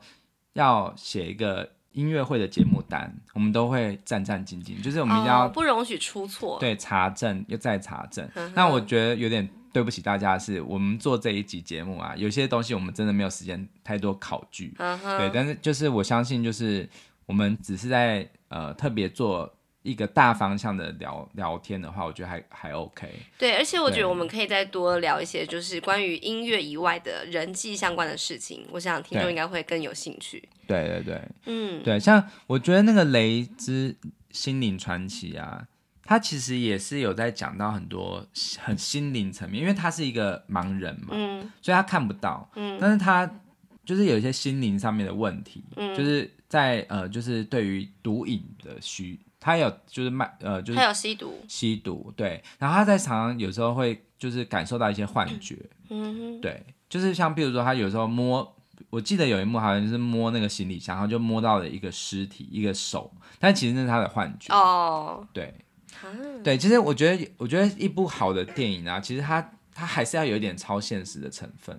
S2: 要写一个音乐会的节目单，我们都会战战兢兢，就是我
S1: 我
S2: 们一定要、
S1: 哦、不容许出错。
S2: 对查证，又再查证。那我觉得有点对不起大家的是，我们做这一集节目啊，有些东西我们真的没有时间太多考据，
S1: 嗯哼，
S2: 对，但是就是我相信，就是我们只是在呃特别做。一个大方向的聊聊天的话，我觉得还还 OK。
S1: 对，而且我觉
S2: 对
S1: 得我们可以再多聊一些，就是关于音乐以外的人际相关的事情。我想听众
S2: 对
S1: 应该会更有兴趣。
S2: 对对对
S1: 嗯，
S2: 对，像我觉得那个《雷之心灵传奇》啊，它其实也是有在讲到很多很心灵层面，因为他是一个盲人嘛，
S1: 嗯
S2: 所以他看不到，
S1: 嗯
S2: 但是他就是有一些心灵上面的问题，
S1: 嗯，
S2: 就是在呃，就是对于毒瘾的需，他有就是卖呃，就是
S1: 还有吸毒。
S2: 吸毒，对，然后他在常常有时候会就是感受到一些幻觉，
S1: 嗯哼，
S2: 对，就是像比如说他有时候摸，我记得有一幕好像是摸那个行李箱，然后就摸到了一个尸体，一个手，但其实那是他的幻觉。
S1: 哦，
S2: 对
S1: 啊
S2: 对，其实我觉得，我觉得一部好的电影啊，其实它它还是要有一点超现实的成分。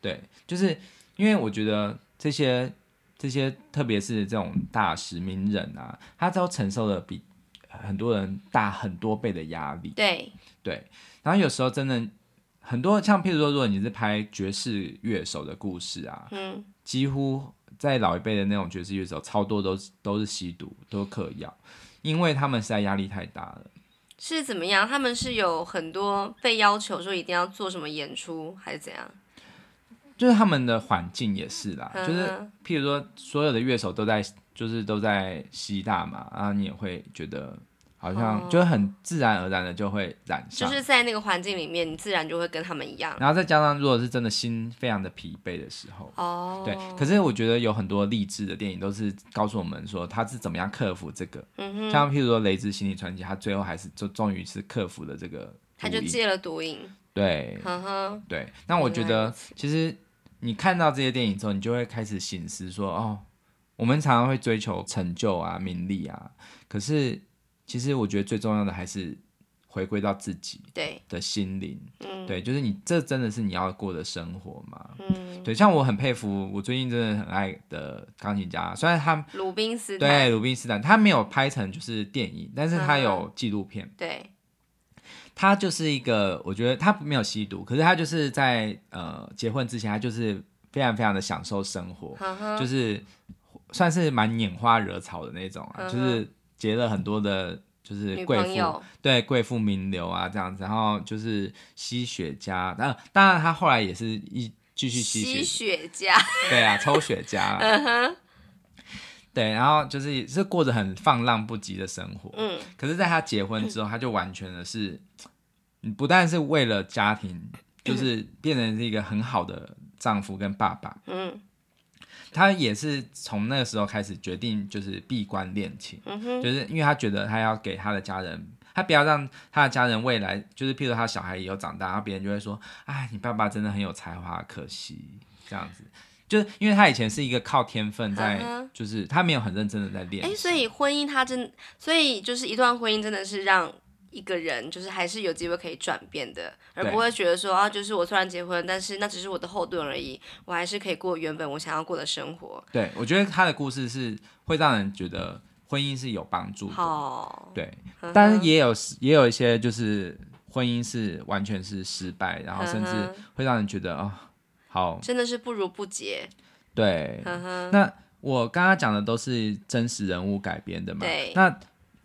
S2: 对，就是因为我觉得这些这些，特别是这种大使名人啊，他都承受了比很多人大很多倍的压力。
S1: 对，
S2: 对，然后有时候真的很多，像譬如说，如果你是拍爵士乐手的故事啊，
S1: 嗯，
S2: 几乎在老一辈的那种爵士乐手，超多都是都是吸毒，都是嗑药，因为他们实在压力太大了。
S1: 是怎么样？他们是有很多被要求说一定要做什么演出，还是怎样？
S2: 就是他们的环境也是啦，啊就是
S1: 嗯哼
S2: 譬如说，所有的乐手都在，就是都在吸大麻，然后你也会觉得好像
S1: 哦
S2: 就很自然而然的就会染
S1: 就
S2: 上，
S1: 是在那个环境里面，你自然就会跟他们一样。
S2: 然后再加上如果是真的心非常的疲惫的时候，
S1: 哦，
S2: 对，可是我觉得有很多励志的电影都是告诉我们说他是怎么样克服这个，
S1: 嗯哼，
S2: 像譬如说《雷之心理传奇》，他最后还是就终于是克服了这个
S1: 他
S2: 毒
S1: 就
S2: 瘾
S1: 戒了毒瘾。
S2: 对
S1: 呵呵，
S2: 对。那我觉
S1: 原来
S2: 得
S1: 如此
S2: 其实你看到这些电影之后，你就会开始醒思说，哦，我们常常会追求成就啊、名利啊，可是其实我觉得最重要的还是回归到自己
S1: 对，
S2: 的心灵，
S1: 嗯，
S2: 对，就是你这真的是你要过的生活吗？
S1: 嗯，
S2: 对，像我很佩服，我最近真的很爱的钢琴家，虽然他
S1: 鲁宾斯
S2: 对
S1: 坦，
S2: 鲁宾斯坦他没有拍成就是电影，但是他
S1: 嗯
S2: 有纪录片，
S1: 对
S2: 他就是一个，我觉得他没有吸毒，可是他就是在呃结婚之前，他就是非常非常的享受生活，
S1: 呵呵
S2: 就是算是蛮拈花惹草的那种啊，
S1: 嗯哼
S2: 就是结了很多的，就是
S1: 女
S2: 贵
S1: 朋
S2: 妇，
S1: 友，
S2: 对贵妇名流啊这样子，然后就是吸雪茄，然后当然他后来也是一继续吸
S1: 吸
S2: 雪，
S1: 雪茄，
S2: 对啊，抽雪茄啊，
S1: 嗯哼，
S2: 对，然后就是是过着很放浪不羁的生活，
S1: 嗯，
S2: 可是，在他结婚之后，他就完全的是，嗯不但是为了家庭，
S1: 嗯
S2: 就是变成是一个很好的丈夫跟爸爸。
S1: 嗯
S2: 他也是从那个时候开始决定，就是闭关恋情，
S1: 嗯哼，
S2: 就是因为他觉得他要给他的家人，他不要让他的家人未来，就是譬如他小孩以后长大，然后别人就会说，哎，你爸爸真的很有才华，可惜这样子。就是因为他以前是一个靠天分在，
S1: 嗯哼
S2: 就是他没有很认真的在练
S1: 哎、
S2: 习。
S1: 所以婚姻它真，所以就是一段婚姻真的是让一个人就是还是有机会可以转变的，而
S2: 对
S1: 不会觉得说啊，就是我虽然结婚，但是那只是我的后盾而已，我还是可以过原本我想要过的生活。
S2: 对，我觉得他的故事是会让人觉得婚姻是有帮助的，
S1: 好，嗯
S2: 对。
S1: 呵呵
S2: 但是也有也有一些就是婚姻是完全是失败，然后甚
S1: 嗯
S2: 至
S1: 哼
S2: 会让人觉得哦，好，
S1: 真的是不如不结，
S2: 对。
S1: 呵呵，
S2: 那我刚刚讲的都是真实人物改编的嘛
S1: 对？
S2: 那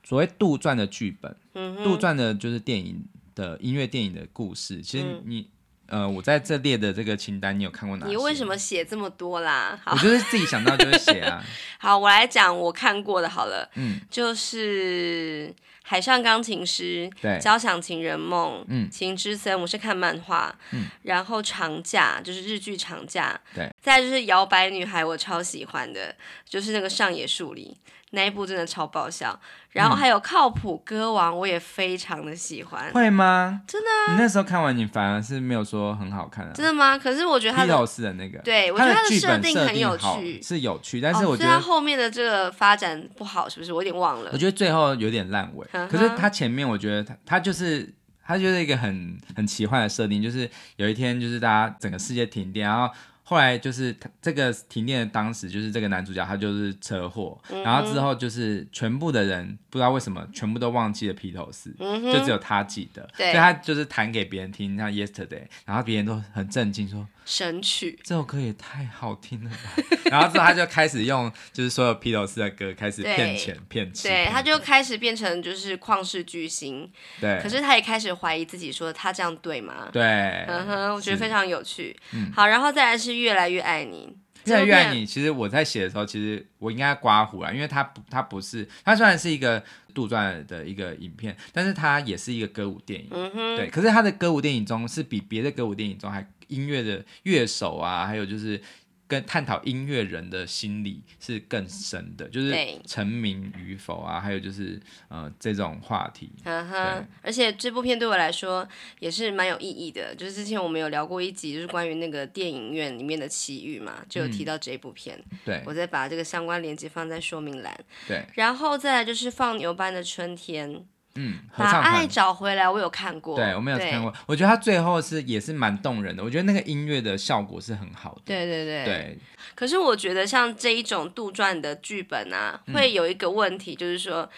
S2: 所谓杜撰的剧本，
S1: 嗯哼，
S2: 杜撰的就是电影的音乐电影的故事。其实
S1: 嗯
S2: 你、呃，我在这列的这个清单，你有看过哪些？
S1: 你为什？么写这么多啦？好
S2: 我就是自己想到就会写啊。
S1: 好，我来讲我看过的好了，
S2: 嗯，
S1: 就是《海上钢琴师》
S2: 对
S1: 《交响情人梦》
S2: 哎嗯
S1: 情之森》，我是看漫画，
S2: 嗯
S1: 然后《长假》就是日剧《长假》，
S2: 对，
S1: 再来就是《摇摆女孩》，我超喜欢的，就是那个上野树里那一部真的超爆笑，然后还有《靠谱歌王》，我也非常的喜欢，
S2: 会吗？
S1: 真啊
S2: 的、你那时候看完，你反而是没有说很好看啊。
S1: 真的吗？可是我觉得他
S2: 披
S1: 的
S2: 头士的那个，
S1: 对我觉得
S2: 它
S1: 它
S2: 的
S1: 的
S2: 剧
S1: 设
S2: 本
S1: 定
S2: 设
S1: 很有
S2: 定好
S1: 趣
S2: 是有趣，但是
S1: 哦
S2: 我觉
S1: 所以他
S2: 得，
S1: 后面的这个发展不好，是不是？我有点忘了
S2: 我。觉得最后有点烂尾。
S1: 嗯哼
S2: 可是它前面，我觉得它它就是。它就是一个很很奇幻的设定，就是有一天就是大家整个世界停电，然后后来就是它这个停电的当时就是这个男主角他就是车祸，
S1: 嗯
S2: 然后之后就是全部的人不知道为什么全部都忘记了披头士，
S1: 嗯
S2: 就只
S1: 哼，
S2: 有他记得，所
S1: 对
S2: 以他就是弹给别人听，像 Yesterday，然后别人都很震惊说
S1: 神曲，
S2: 这首歌也太好听了 吧！然后之后他就开始用就是所有披头士的歌开始骗钱骗钱，
S1: 对，他就开始变成就是旷世巨星，
S2: 对，
S1: 可是他也开始怀疑自己，说他这样对吗？
S2: 对，
S1: 嗯哼，我觉得
S2: 是嗯
S1: 非常有趣。好，然后再来是越来越爱你，
S2: 越来越爱
S1: 这部片，
S2: 你。其实我在写的时候，其实我应该刮胡啦，因为它不，它不是，它虽然是一个杜撰的一个影片，但是它也是一个歌舞电影。
S1: 嗯哼，
S2: 对，可是它的歌舞电影中是比别的歌舞电影中还音乐的乐手啊，还有就是跟探讨音乐人的心理是更深的，就是
S1: 对
S2: 成名与否啊，还有就是呃这种话题。
S1: 嗯
S2: 对
S1: 哼，而且这部片对我来说也是蛮有意义的，就是之前我们有聊过一集，就是关于那个电影院里面的奇遇嘛，就有提到这部片，
S2: 嗯对
S1: 我再把这个相关链接放在说明栏，
S2: 对，
S1: 然后再来就是放牛班的春天，
S2: 嗯，合
S1: 把
S2: 唱
S1: 爱
S2: 团。
S1: 找回来，我有看过，
S2: 对，我没有看过，我觉得他最后是也是蛮动人的，我觉得那个音乐的效果是很好的。
S1: 对，对对
S2: 对
S1: 可是我觉得像这一种杜撰的剧本啊，
S2: 嗯
S1: 会有一个问题，就是说。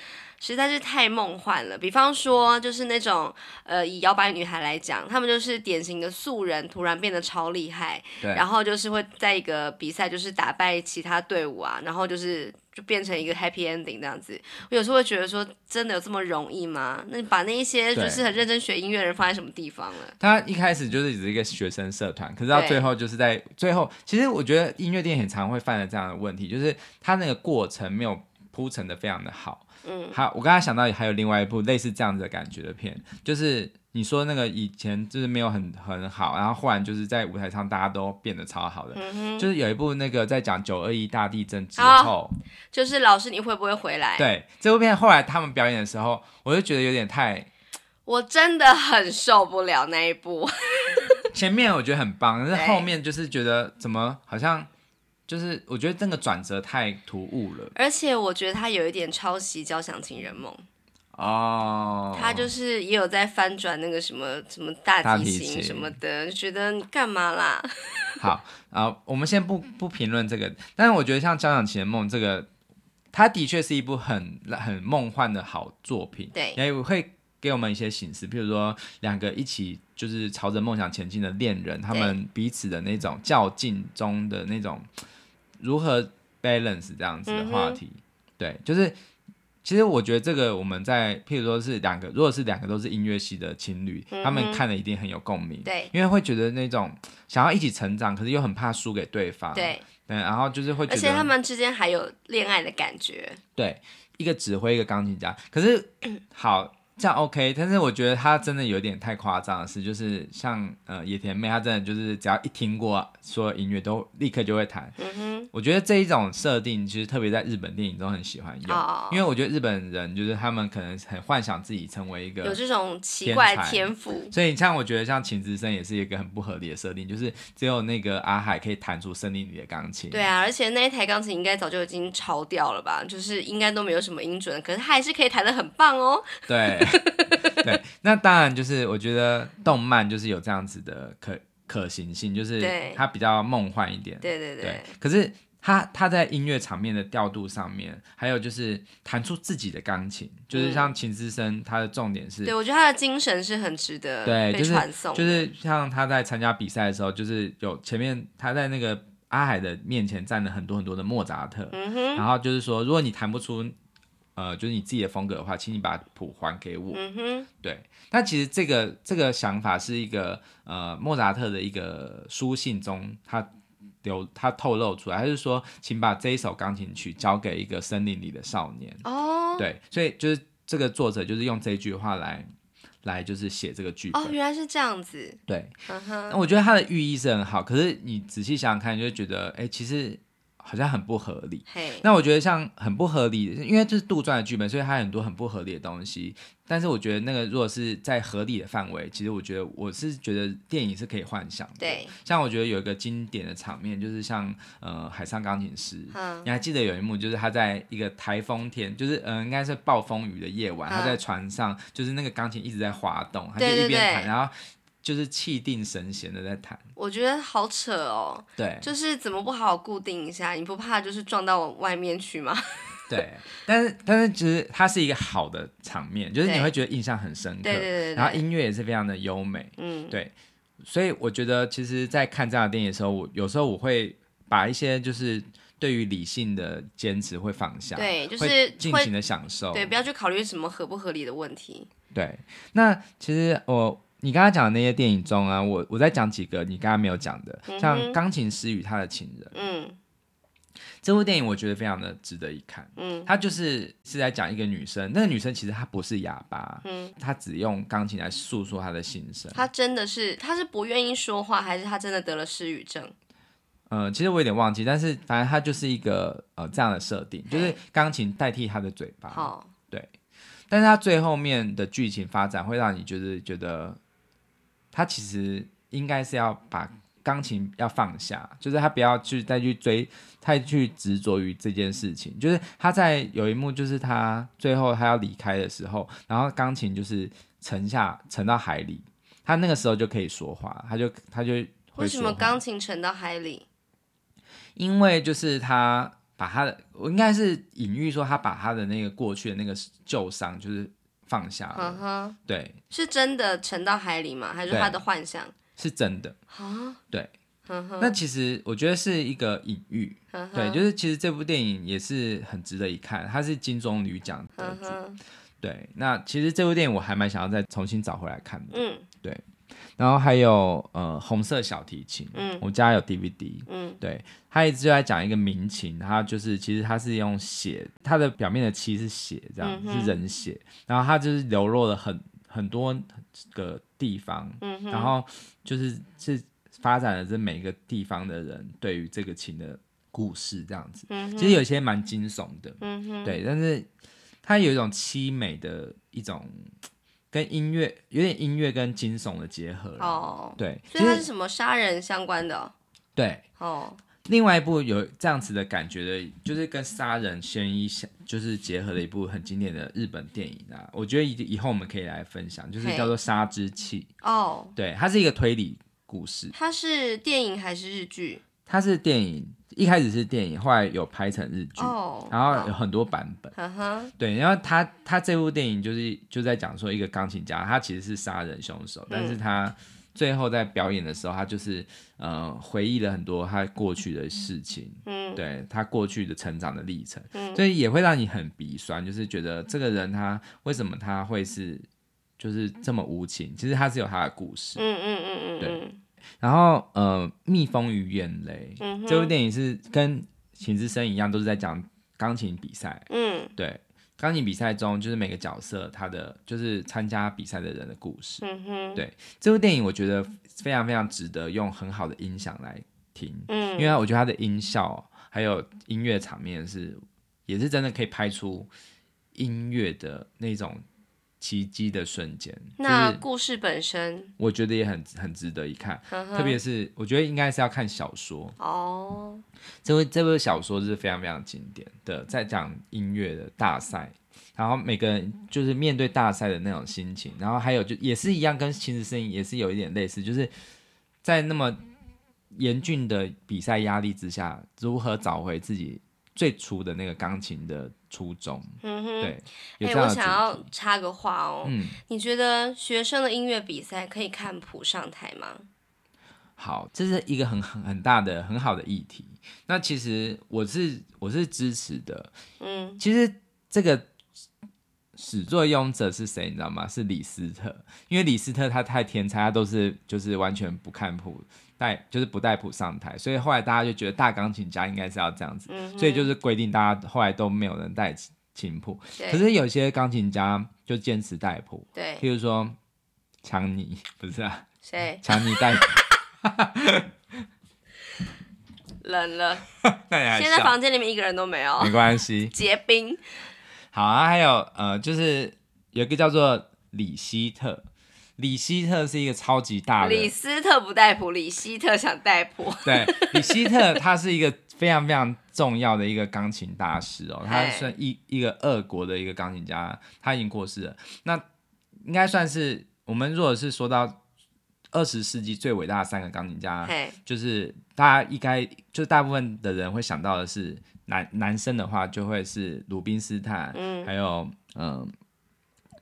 S1: 实在是太梦幻了，比方说就是那种呃，以摇摆女孩来讲，她们就是典型的素人，突然变得超厉害，
S2: 对
S1: 然后就是会在一个比赛就是打败其他队伍啊，然后就是就变成一个 happy ending 这样子。我有时候会觉得说，真的有这么容易吗？那你把那一些就
S2: 对
S1: 是很认真学音乐的人放在什么地方了？
S2: 他一开始就是只是一个学生社团，可是到
S1: 对
S2: 最后就是在最后，其实我觉得音乐电影很常会犯的这样的问题，就是他那个过程没有铺陈的非常的好。
S1: 嗯，
S2: 还我刚才想到还有另外一部类似这样子的感觉的片，就是你说那个以前就是没有很很好，然后忽然就是在舞台上大家都变得超好的，
S1: 嗯
S2: 就是有一部那个在讲九二一大地震之
S1: 哦
S2: 后，
S1: 就是老师你会不会回来？
S2: 对这部片后来他们表演的时候， 我就觉得有点太
S1: 我真的很受不了那一部。
S2: 前面我觉得很棒，但
S1: 对
S2: 是后面就是觉得怎么好像就是我觉得那个转折太突兀了
S1: 而且我觉得他有一点抄袭《交响情人梦》
S2: 哦。
S1: 他就是也有在翻转那个什么什么大
S2: 大
S1: 提
S2: 提
S1: 琴
S2: 琴
S1: 什么的，就觉得你干嘛啦？
S2: 好啊、我们先
S1: 嗯
S2: 不不评论这个，但是我觉得像《交响情人梦》这个，它的确是一部很很梦幻的好作品，
S1: 对
S2: 也哎会给我们一些醒思，比如说两个一起就是朝着梦想前进的恋人，他们彼此的那种较劲中的那种如何 balance 这样子的话
S1: 嗯
S2: 题，对，就是。其实我觉得这个我们在，譬如说是两个，如果是两个都是音乐系的情侣，他
S1: 嗯
S2: 们
S1: 哼
S2: 看了一定很有共鸣。
S1: 对
S2: 因为会觉得那种想要一起成长，可是又很怕输给对方。
S1: 对，
S2: 对，然后就是啊会觉
S1: 而
S2: 得
S1: 且他们之间还有恋爱的感觉，
S2: 对一个指挥一个钢琴家，可是好这样 OK，但是我觉得他真的有点太夸张的是，就是像呃野田妹，她真的就是只要一听过所有音乐都立刻就会弹。
S1: 嗯哼，
S2: 我觉得这一种设定其实特别在日本电影中很喜欢用，
S1: 哦
S2: 因为我觉得日本人就是他们可能很幻想自己成为一个
S1: 有这种奇
S2: 天
S1: 怪
S2: 才
S1: 天赋，
S2: 所以像我觉得像秦之森也是一个很不合理的设定，就是只有那个阿海可以弹出森林里的钢琴。
S1: 对啊，而且那一台钢琴应该早就已经潮掉了吧，就是应该都没有什么音准，可是他还是可以弹得很棒哦。
S2: 对对那当然就是我觉得动漫就是有这样子的可可行性，就是
S1: 对
S2: 它比较梦幻一点。
S1: 对对对，
S2: 可是它它在音乐场面的调度上面，还有就是弹出自己的钢琴，就是像秦之森，他的重点是
S1: 嗯对我觉得他的精神是很值得
S2: 对，
S1: 被
S2: 就是
S1: 传送的，
S2: 就是像他在参加比赛的时候，就是有前面他在那个阿海的面前站了很多很多的莫扎特，
S1: 嗯哼，
S2: 然后就是说，如果你弹不出呃就是你自己的风格的话，请你把谱还给我。
S1: 嗯哼，
S2: 对，那其实这个这个想法是一个呃莫扎特的一个书信中他。流他透露出来，他是说，请把这一首钢琴曲交给一个森林里的少年。
S1: 哦，
S2: 对，所以就是这个作者就是用这句话来来就是写这个剧本。
S1: 哦，原来是这样子，
S2: 对，
S1: 嗯哼，
S2: 那我觉得它的寓意是很好，可是你仔细想想看，就会觉得，哎、其实好像很不合理。
S1: 嘿，
S2: 那我觉得像很不合理，因为这是杜撰的剧本，所以它有很多很不合理的东西。但是我觉得那个如果是在合理的范围，其实我觉得我是觉得电影是可以幻想的。，
S1: 对，
S2: 像我觉得有一个经典的场面，就是像呃海上钢琴师，
S1: 嗯，
S2: 你还记得有一幕，就是他在一个台风天，就是嗯、呃应该是暴风雨的夜晚，
S1: 嗯
S2: 他在船上，就是那个钢琴一直在滑动，他就
S1: 对对
S2: 一边弹，
S1: 对
S2: 然后就是气定神闲的在弹。
S1: 我觉得好扯哦，
S2: 对
S1: 就是怎么不好好固定一下？你不怕就是撞到往外面去吗？
S2: 对，但是但是其实它是一个好的场面，就是你
S1: 对
S2: 会觉得印象很深刻，
S1: 对对对
S2: 然后
S1: 对，
S2: 音乐也是非常的优美，
S1: 嗯，
S2: 对，所以我觉得其实，在看这样的电影的时候，我有时候我会把一些就是对于理性的坚持会放下，
S1: 对，就
S2: 会
S1: 是
S2: 尽
S1: 会，
S2: 情的享受，
S1: 对，不要去考虑什么合不合理的问题。
S2: 对，那其实我你刚刚讲的那些电影中啊，我我再讲几个你刚刚没有讲的，像
S1: 嗯哼
S2: 《钢琴师与他的情人》
S1: 嗯
S2: 这部电影，我觉得非常的值得一看。
S1: 嗯
S2: 它就是是在讲一个女生，那个女生其实她不是哑巴，
S1: 嗯，
S2: 她只用钢琴来诉说她的心声。
S1: 他真的是，他是不愿意说话，还是他真的得了失语症？
S2: 呃，其实我有点忘记，但是反正她就是一个呃这样的设定，就是
S1: 嘿
S2: 钢琴代替她的嘴巴。
S1: 好，
S2: 但是它最后面的剧情发展会让你觉得觉得，他其实应该是要把钢琴要放下，就是他不要去再去追，太去执着于这件事情。就是他在有一幕，就是他最后他要离开的时候，然后钢琴就是沉下沉到海里，他那个时候就可以说话，他就他就会
S1: 为什
S2: 说
S1: 么
S2: 话
S1: 钢琴沉到海里？
S2: 因为就是他把他的，我应该是隐喻说他把他的那个过去的那个旧伤就是放下了，
S1: 嗯哼，
S2: 对。
S1: 是真的沉到海里吗？还是
S2: 对
S1: 他的幻想？
S2: 是真的。
S1: 啊，
S2: 对，
S1: 嗯哼，
S2: 那其实我觉得是一个隐喻，
S1: 嗯哼
S2: 对，就是其实这部电影也是很值得一看，它是金棕榈奖得
S1: 嗯
S2: 主。
S1: 哼，
S2: 对，那其实这部电影我还蛮想要再重新找回来看的。
S1: 嗯
S2: 然后还有呃红色小提琴，
S1: 嗯
S2: 我家有 DVD。
S1: 嗯
S2: 对，他一直就在讲一个民情，他就是其实他是用血，他的表面的漆是血，这样、
S1: 嗯哼
S2: 是人血，然后他就是流落了很很多个地方，
S1: 嗯哼，
S2: 然后就是是发展了这每一个地方的人对于这个琴的故事这样子。
S1: 嗯
S2: 其
S1: 哼，
S2: 实有些蛮惊悚的，
S1: 嗯哼，
S2: 对，但是它有一种凄美的一种跟音乐有点音乐跟惊悚的结合啦。
S1: 哦，
S2: 对，啊其
S1: 所以它是
S2: 实
S1: 什么杀人相关的哦？
S2: 对。
S1: 哦
S2: 另外一部有这样子的感觉的，就是跟杀人悬疑相就是结合的一部很经典的日本电影啊，我觉得以以后我们可以来分享，就是
S1: 嘿
S2: 叫做《杀之气》，
S1: 哦，
S2: 对，它是一个推理故事，
S1: 它是电影还是日剧？
S2: 它是电影，一开始是电影，后来有拍成日剧，
S1: 哦，
S2: 然后有
S1: 好
S2: 很多版本，
S1: 呵呵，
S2: 对，然后他他这部电影就是就在讲说一个钢琴家，他其实是杀人凶手，但
S1: 嗯
S2: 是他最后在表演的时候，他就是呃回忆了很多他过去的事情，
S1: 嗯
S2: 对他过去的成长的历程，
S1: 嗯
S2: 所以也会让你很鼻酸，就是觉得这个人他为什么他会是就是这么无情？其实他是有他的故事。
S1: 嗯嗯嗯嗯
S2: 对
S1: 嗯
S2: 然后呃，《蜜蜂与眼泪》
S1: 嗯哼
S2: 这部电影是跟《情之声》一样，都是在讲钢琴比赛。
S1: 嗯
S2: 对，钢琴比赛中就是每个角色他的就是参加比赛的人的故事。
S1: 嗯哼，
S2: 对这部电影我觉得非常非常值得用很好的音响来听，
S1: 嗯，
S2: 因为我觉得它的音效还有音乐场面是也是真的可以拍出音乐的那种奇迹的瞬间，就
S1: 那
S2: 是
S1: 故事本身，嗯
S2: 我觉得也很很值得一看。
S1: 呵呵
S2: 特别是我觉得应该是要看小说，
S1: 哦，
S2: 这部这部小说是非常非常经典的，在讲音乐的大赛，然后每个人就是面对大赛的那种心情，然后还有就也是一样，跟《秦时声音》也是有一点类似，就是在那么严峻的比赛压力之下，如何找回自己最初的那个钢琴的初衷？
S1: 嗯哼，
S2: 对，有
S1: 哎、
S2: 这
S1: 我
S2: 样的主
S1: 想
S2: 题。
S1: 要插个话哦，
S2: 嗯，
S1: 你觉得学生的音乐比赛可以看谱上台吗？
S2: 好，这是一个很很很大的很好的议题。那其实我是我是支持的，
S1: 嗯，
S2: 其实这个始作俑者是谁，你知道吗？是李斯特，因为李斯特他太天才，他都是就是完全不看谱，带就是不带谱上台，所以后来大家就觉得大钢琴家应该是要这样子，
S1: 嗯哼
S2: 所以就是规定大家后来都没有人带琴琴谱，
S1: 对
S2: 可是有些钢琴家就坚持带谱，
S1: 对
S2: 譬如说强尼，不是啊，
S1: 谁
S2: 强尼 带谱，
S1: 冷了？
S2: 那你还
S1: 现在
S2: 笑？
S1: 房哦间里面一个人都没有
S2: 没，关系，
S1: 结冰。
S2: 好啊，还有呃，就是有一个叫做李希特，李希特是一个超级大的，
S1: 李斯特不带谱，李希特想带谱。
S2: 对，李希特他是一个非常非常重要的一个钢琴大师哦，他
S1: 嘿
S2: 算一一个俄国的一个钢琴家，他已经过世了。那应该算是我们如果是说到二十世纪最伟大的三个钢琴家，
S1: 嘿，
S2: 就是大家应该就是大部分的人会想到的是男男生的话就会是鲁宾斯坦，
S1: 嗯
S2: 还有嗯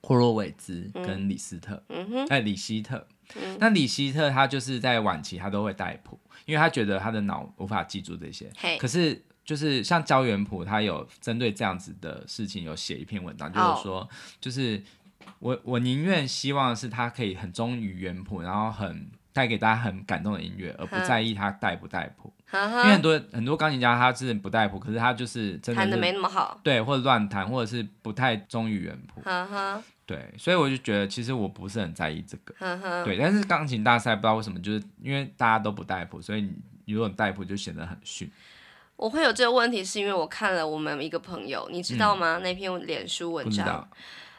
S2: 霍洛维兹跟李斯特，
S1: 嗯哼，
S2: 哎、李希特。
S1: 嗯
S2: 那李希特他就是在晚期他都会带谱，因为他觉得他的脑无法记住这些。
S1: 嘿
S2: 可，是就是像焦元溥，他有针对这样子的事情有写一篇文章，
S1: 哦
S2: 就是说，就是我我宁愿希望是他可以很忠于原谱，然后很带给大家很感动的音乐，而不
S1: 嗯
S2: 在意他带不带谱。
S1: 呵
S2: 因为
S1: 呵
S2: 很，多很多钢琴家他是不带谱，可是他就是真
S1: 弹
S2: 的
S1: 的
S2: 是
S1: 没那么好。
S2: 对或者乱弹，或者是不太忠于原谱。
S1: 呵呵，
S2: 对，所以我就觉得其实我不是很在意这个。
S1: 呵呵，
S2: 对，但是钢琴大赛不知道为什么，就是因为大家都不带谱，所以你如果你带谱就显得很逊。
S1: 我会有这个问题，是因为我看了我们一个朋友，你知道吗？那篇脸书文
S2: 嗯不知
S1: 章
S2: 道，，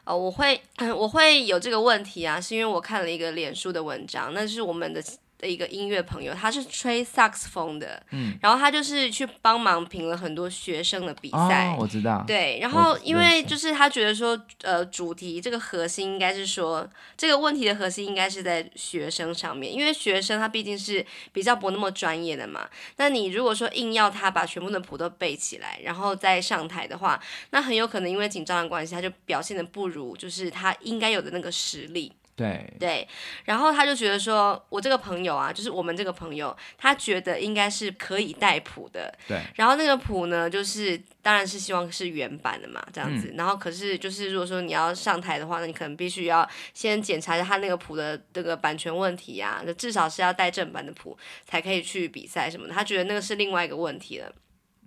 S1: 呃，我会 我会有这个问题啊，是因为我看了一个脸书的文章，那是我们的的一个音乐朋友，他是吹萨克斯风的，
S2: 嗯，
S1: 然后他就是去帮忙评了很多学生的比赛。
S2: 哦，我知道，
S1: 对，然
S2: 我
S1: 后
S2: 认
S1: 因为
S2: 识
S1: 就是他觉得说，呃，主题这个核心应该是说，这个问题的核心应该是在学生上面，因为学生他毕竟是比较不那么专业的嘛。那你如果说硬要他把全部的谱都背起来，然后再上台的话，那很有可能因为紧张的关系，他就表现的不如就是他应该有的那个实力。
S2: 对，
S1: 对，然后他就觉得说，我这个朋友啊，就是我们这个朋友，他觉得应该是可以带谱的，
S2: 对，
S1: 然后那个谱呢，就是当然是希望是原版的嘛，这样子。然后可是就是如果说你要上台的话，那你可能必须要先检查一下他那个谱的这个版权问题啊，那至少是要带正版的谱才可以去比赛什么的。他觉得那个是另外一个问题了。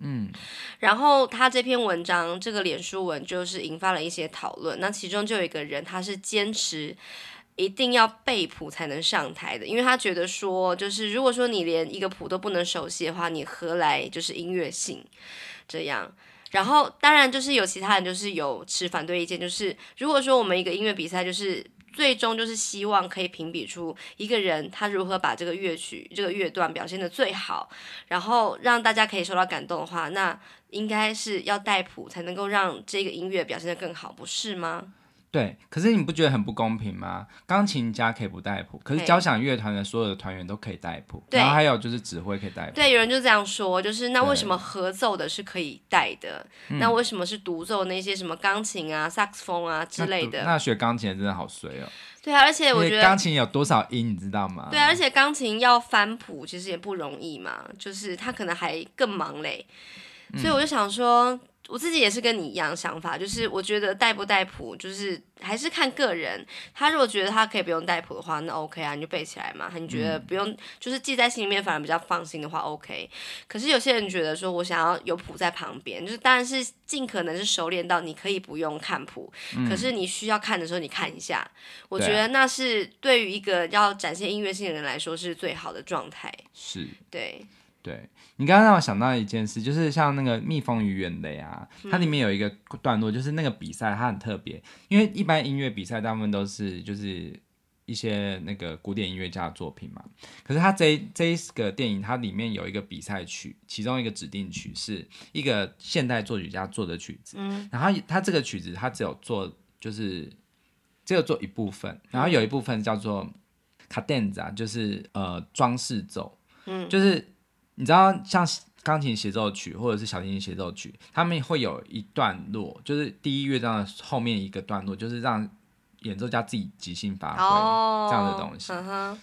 S2: 嗯，
S1: 然后他这篇文章，这个脸书文就是引发了一些讨论。那其中就有一个人，他是坚持一定要背谱才能上台的，因为他觉得说，就是如果说你连一个谱都不能熟悉的话，你何来就是音乐性这样？然后当然就是有其他人就是有持反对意见，就是如果说我们一个音乐比赛就是。最终就是希望可以评比出一个人他如何把这个乐曲、这个乐段表现的最好，然后让大家可以受到感动的话，那应该是要带谱才能够让这个音乐表现的更好，不是吗？
S2: 对，可是你不觉得很不公平吗？钢琴家可以不带谱，可是
S1: 嘿
S2: 交响乐团的所有的团员都可以带谱，
S1: 对
S2: 然后还有就是指挥可以带谱。
S1: 对，有人就这样说，就是那
S2: 对嗯
S1: 为什么合奏的是可以带的，那为什么是独奏那些什么钢琴啊、萨克斯风啊之
S2: 那
S1: 类
S2: 读
S1: 的？
S2: 那学钢琴的真的好衰哦、
S1: 对啊，而且
S2: 因
S1: 我
S2: 为
S1: 觉得
S2: 钢琴有多少音，你知道吗？
S1: 对啊，而且钢琴要翻谱其实也不容易嘛，就是他可能还更忙嘞，
S2: 嗯
S1: 所以我就想说，我自己也是跟你一样想法，就是我觉得带不带谱，就是还是看个人。他如果觉得他可以不用带谱的话，那 OK 啊，你就背起来嘛。你觉
S2: 嗯
S1: 得不用，就是记在心里面反而比较放心的话，OK。可是有些人觉得说我想要有谱在旁边，就是当然是尽可能是熟练到你可以不用看谱，可是你需要看的时候你看一下，我
S2: 嗯对
S1: 觉
S2: 啊
S1: 得那是对于一个要展现音乐性的人来说是最好的状态。
S2: 是。
S1: 对，
S2: 对你刚刚让我想到一件事，就是像那个《蜜蜂与远雷》啊，它里面有一个段落，就是那个比赛它很特别，因为一般音乐比赛大部分都是就是一些那个古典音乐家的作品嘛，可是它这一这一个电影它里面有一个比赛曲，其中一个指定曲是一个现代作曲家做的曲子，
S1: 嗯
S2: 然后它它这个曲子它只有做就是只有做一部分，然后有一部分叫做 cadenza，就是呃装饰奏，
S1: 嗯
S2: 就是你知道像钢琴协奏曲或者是小提琴协奏曲，他们会有一段落，就是第一乐章的后面一个段落，就是让演奏家自己即兴发挥。
S1: 哦，
S2: 这样的东西
S1: 嗯哼，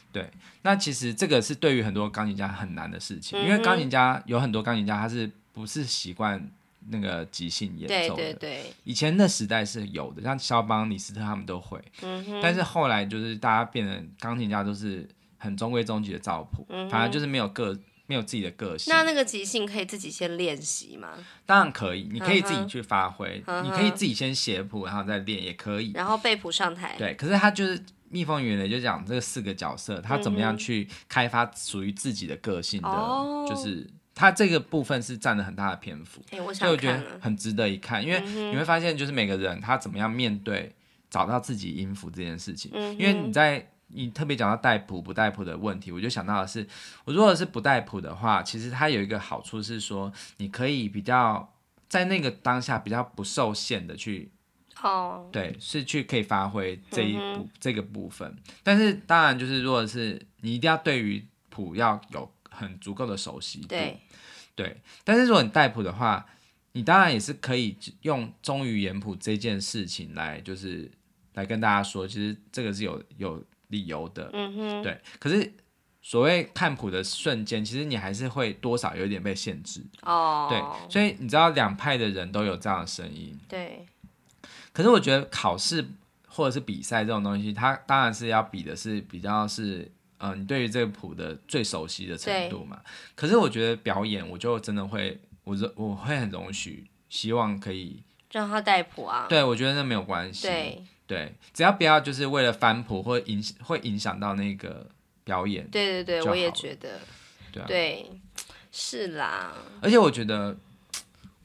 S2: 那其实这个是对于很多钢琴家很难的事情，
S1: 嗯哼
S2: 因为钢琴家有很多钢琴家他是不是习惯那个即兴演
S1: 对
S2: 奏
S1: 对
S2: 的？
S1: 对，
S2: 以前那时代是有的，像肖邦、李斯特他们都会，
S1: 嗯哼，
S2: 但是后来就是大家变成钢琴家都是很中规中矩的照谱，
S1: 嗯哼
S2: 反正就是没有个没有自己的个性。
S1: 那那个即兴可以自己先练习吗？
S2: 当然可以，你可以自己
S1: 嗯哼
S2: 去发挥，
S1: 嗯哼
S2: 你可以自己先写谱，然后再练也可以。
S1: 然后背谱上台。
S2: 对，可是他就是蜜蜂原雷就讲这四个角色，他怎么样去开发属于自己的个性的，
S1: 嗯哦
S2: 就是他这个部分是占了很大的篇幅，
S1: 哎、我
S2: 所以
S1: 想
S2: 我觉
S1: 看嗯
S2: 得
S1: 了。
S2: 很值得一看，因为你会发现就是每个人他怎么样面对找到自己音符这件事情，
S1: 嗯哼
S2: 因为你在你特别讲到带谱不带谱的问题，我就想到的是，我如果是不带谱的话，其实它有一个好处是说，你可以比较在那个当下比较不受限的去，
S1: 哦，
S2: 对，是去可以发挥这一部、
S1: 嗯
S2: 这个部分。但是当然就是，如果是你一定要对于谱要有很足够的熟悉度，
S1: 对，
S2: 对，但是如果你带谱的话，你当然也是可以用忠于言谱这件事情来，就是来跟大家说，其实这个是有有理由的，
S1: 嗯哼，
S2: 对。可是所谓看谱的瞬间，其实你还是会多少有一点被限制，对
S1: 哦。，
S2: 所以你知道两派的人都有这样的声音，
S1: 对
S2: 可是我觉得考试或者是比赛这种东西，它当然是要比的是比较是，嗯、你对于这个谱的最熟悉的程度嘛。可是我觉得表演，我就真的会，我就我会很容许，希望可以，
S1: 让他带谱啊。
S2: 对我觉得那没有关系，
S1: 对
S2: 对只要不要就是为了翻谱或影会影响到那个表演，
S1: 对对对，
S2: 就好
S1: 我也
S2: 了
S1: 觉得，
S2: 对啊
S1: 对，是啦，
S2: 而且我觉得。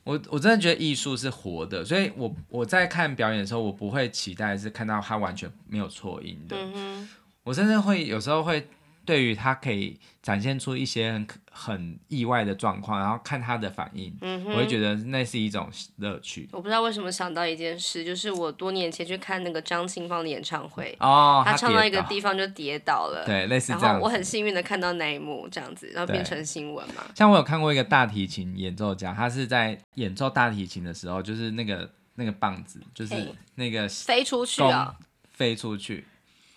S2: 我我真的觉得艺术是活的，所以我我在看表演的时候，我不会期待是看到它完全没有错音的，
S1: 嗯哼，
S2: 我甚至会有时候会对于他可以展现出一些很可很意外的状况，然后看他的反应，
S1: 嗯
S2: 我
S1: 哼。
S2: 会觉得那是一种乐趣
S1: 我不知道为什么想到一件事，就是我多年前去看那个张清芳的演唱会，
S2: 哦。
S1: 他唱
S2: 跌
S1: 到一个
S2: 倒
S1: 地方就跌倒了，
S2: 对，类似
S1: 然
S2: 这样
S1: 后
S2: 子。
S1: 我很幸运的看到那一幕，这样子，然后变
S2: 对
S1: 成新闻嘛。
S2: 像我有看过一个大提琴演奏家，他是在演奏大提琴的时候，就是那个那个棒子，就是
S1: 嘿
S2: 那个
S1: 飞出去
S2: 弓
S1: 啊，
S2: 飞出去，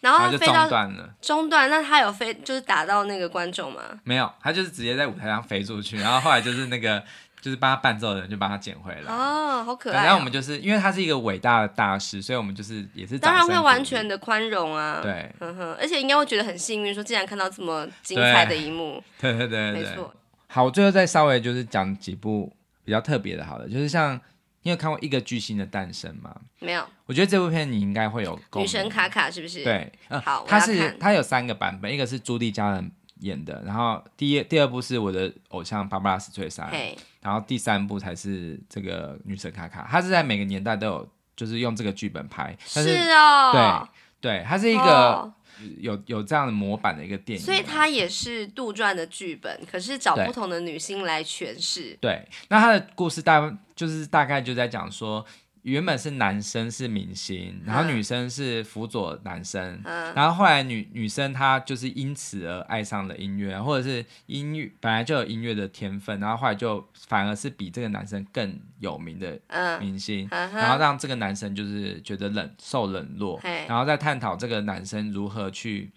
S1: 然后
S2: 然
S1: 他
S2: 后就
S1: 飞
S2: 中
S1: 到
S2: 断了。
S1: 中段，那他有飞就是打到那个观众吗？
S2: 没有，他就是直接在舞台上飞出去，然后后来就是那个就是帮他伴奏的人就帮他捡回来。
S1: 哦，好可
S2: 对
S1: 爱
S2: 然后我
S1: 哦、
S2: 们就是因为他是一个伟大的大师，所以我们就是也是
S1: 当然
S2: 掌声
S1: 会
S2: 鼓
S1: 完
S2: 励
S1: 全的宽容啊。，
S2: 对
S1: 哼哼， 而且应该会觉得很幸运，说竟然看到这么精彩的一幕。
S2: 对对对
S1: 没
S2: 对。
S1: 错，
S2: 好，我最后再稍微就是讲几部比较特别的，好了，就是像你有看过《一个巨星的诞生》吗？
S1: 没有
S2: 我觉得这部片你应该会有共鸣。
S1: 女神卡卡是不是？，
S2: 对，嗯、
S1: 好我
S2: 它
S1: 要
S2: 是
S1: 看
S2: 它有三个版本，一个是朱莉·加人演的，然后第一第二部是我的偶像芭芭拉·史翠莎，
S1: 嘿，
S2: 然后第三部才是这个女神卡卡，它是在每个年代都有就是用这个剧本拍，但是
S1: 是哦，
S2: 对对，它是一个
S1: 哦，
S2: 有有这样的模板的一个电影，
S1: 所以它也是杜撰的剧本，可是找
S2: 对
S1: 不同的女星来诠释。
S2: 对，那他的故事大就是大概就在讲说，原本是男生是明星，然后
S1: 嗯
S2: 女生是辅佐男生，
S1: 嗯
S2: 然后后来女女生她就是因此而爱上了音乐，或者是音乐本来就有音乐的天分，然后后来就反而是比这个男生更有名的
S1: 嗯，
S2: 明星，
S1: 嗯哼
S2: 然后让这个男生就是觉得冷受冷落
S1: 嘿，
S2: 然后再探讨这个男生如何去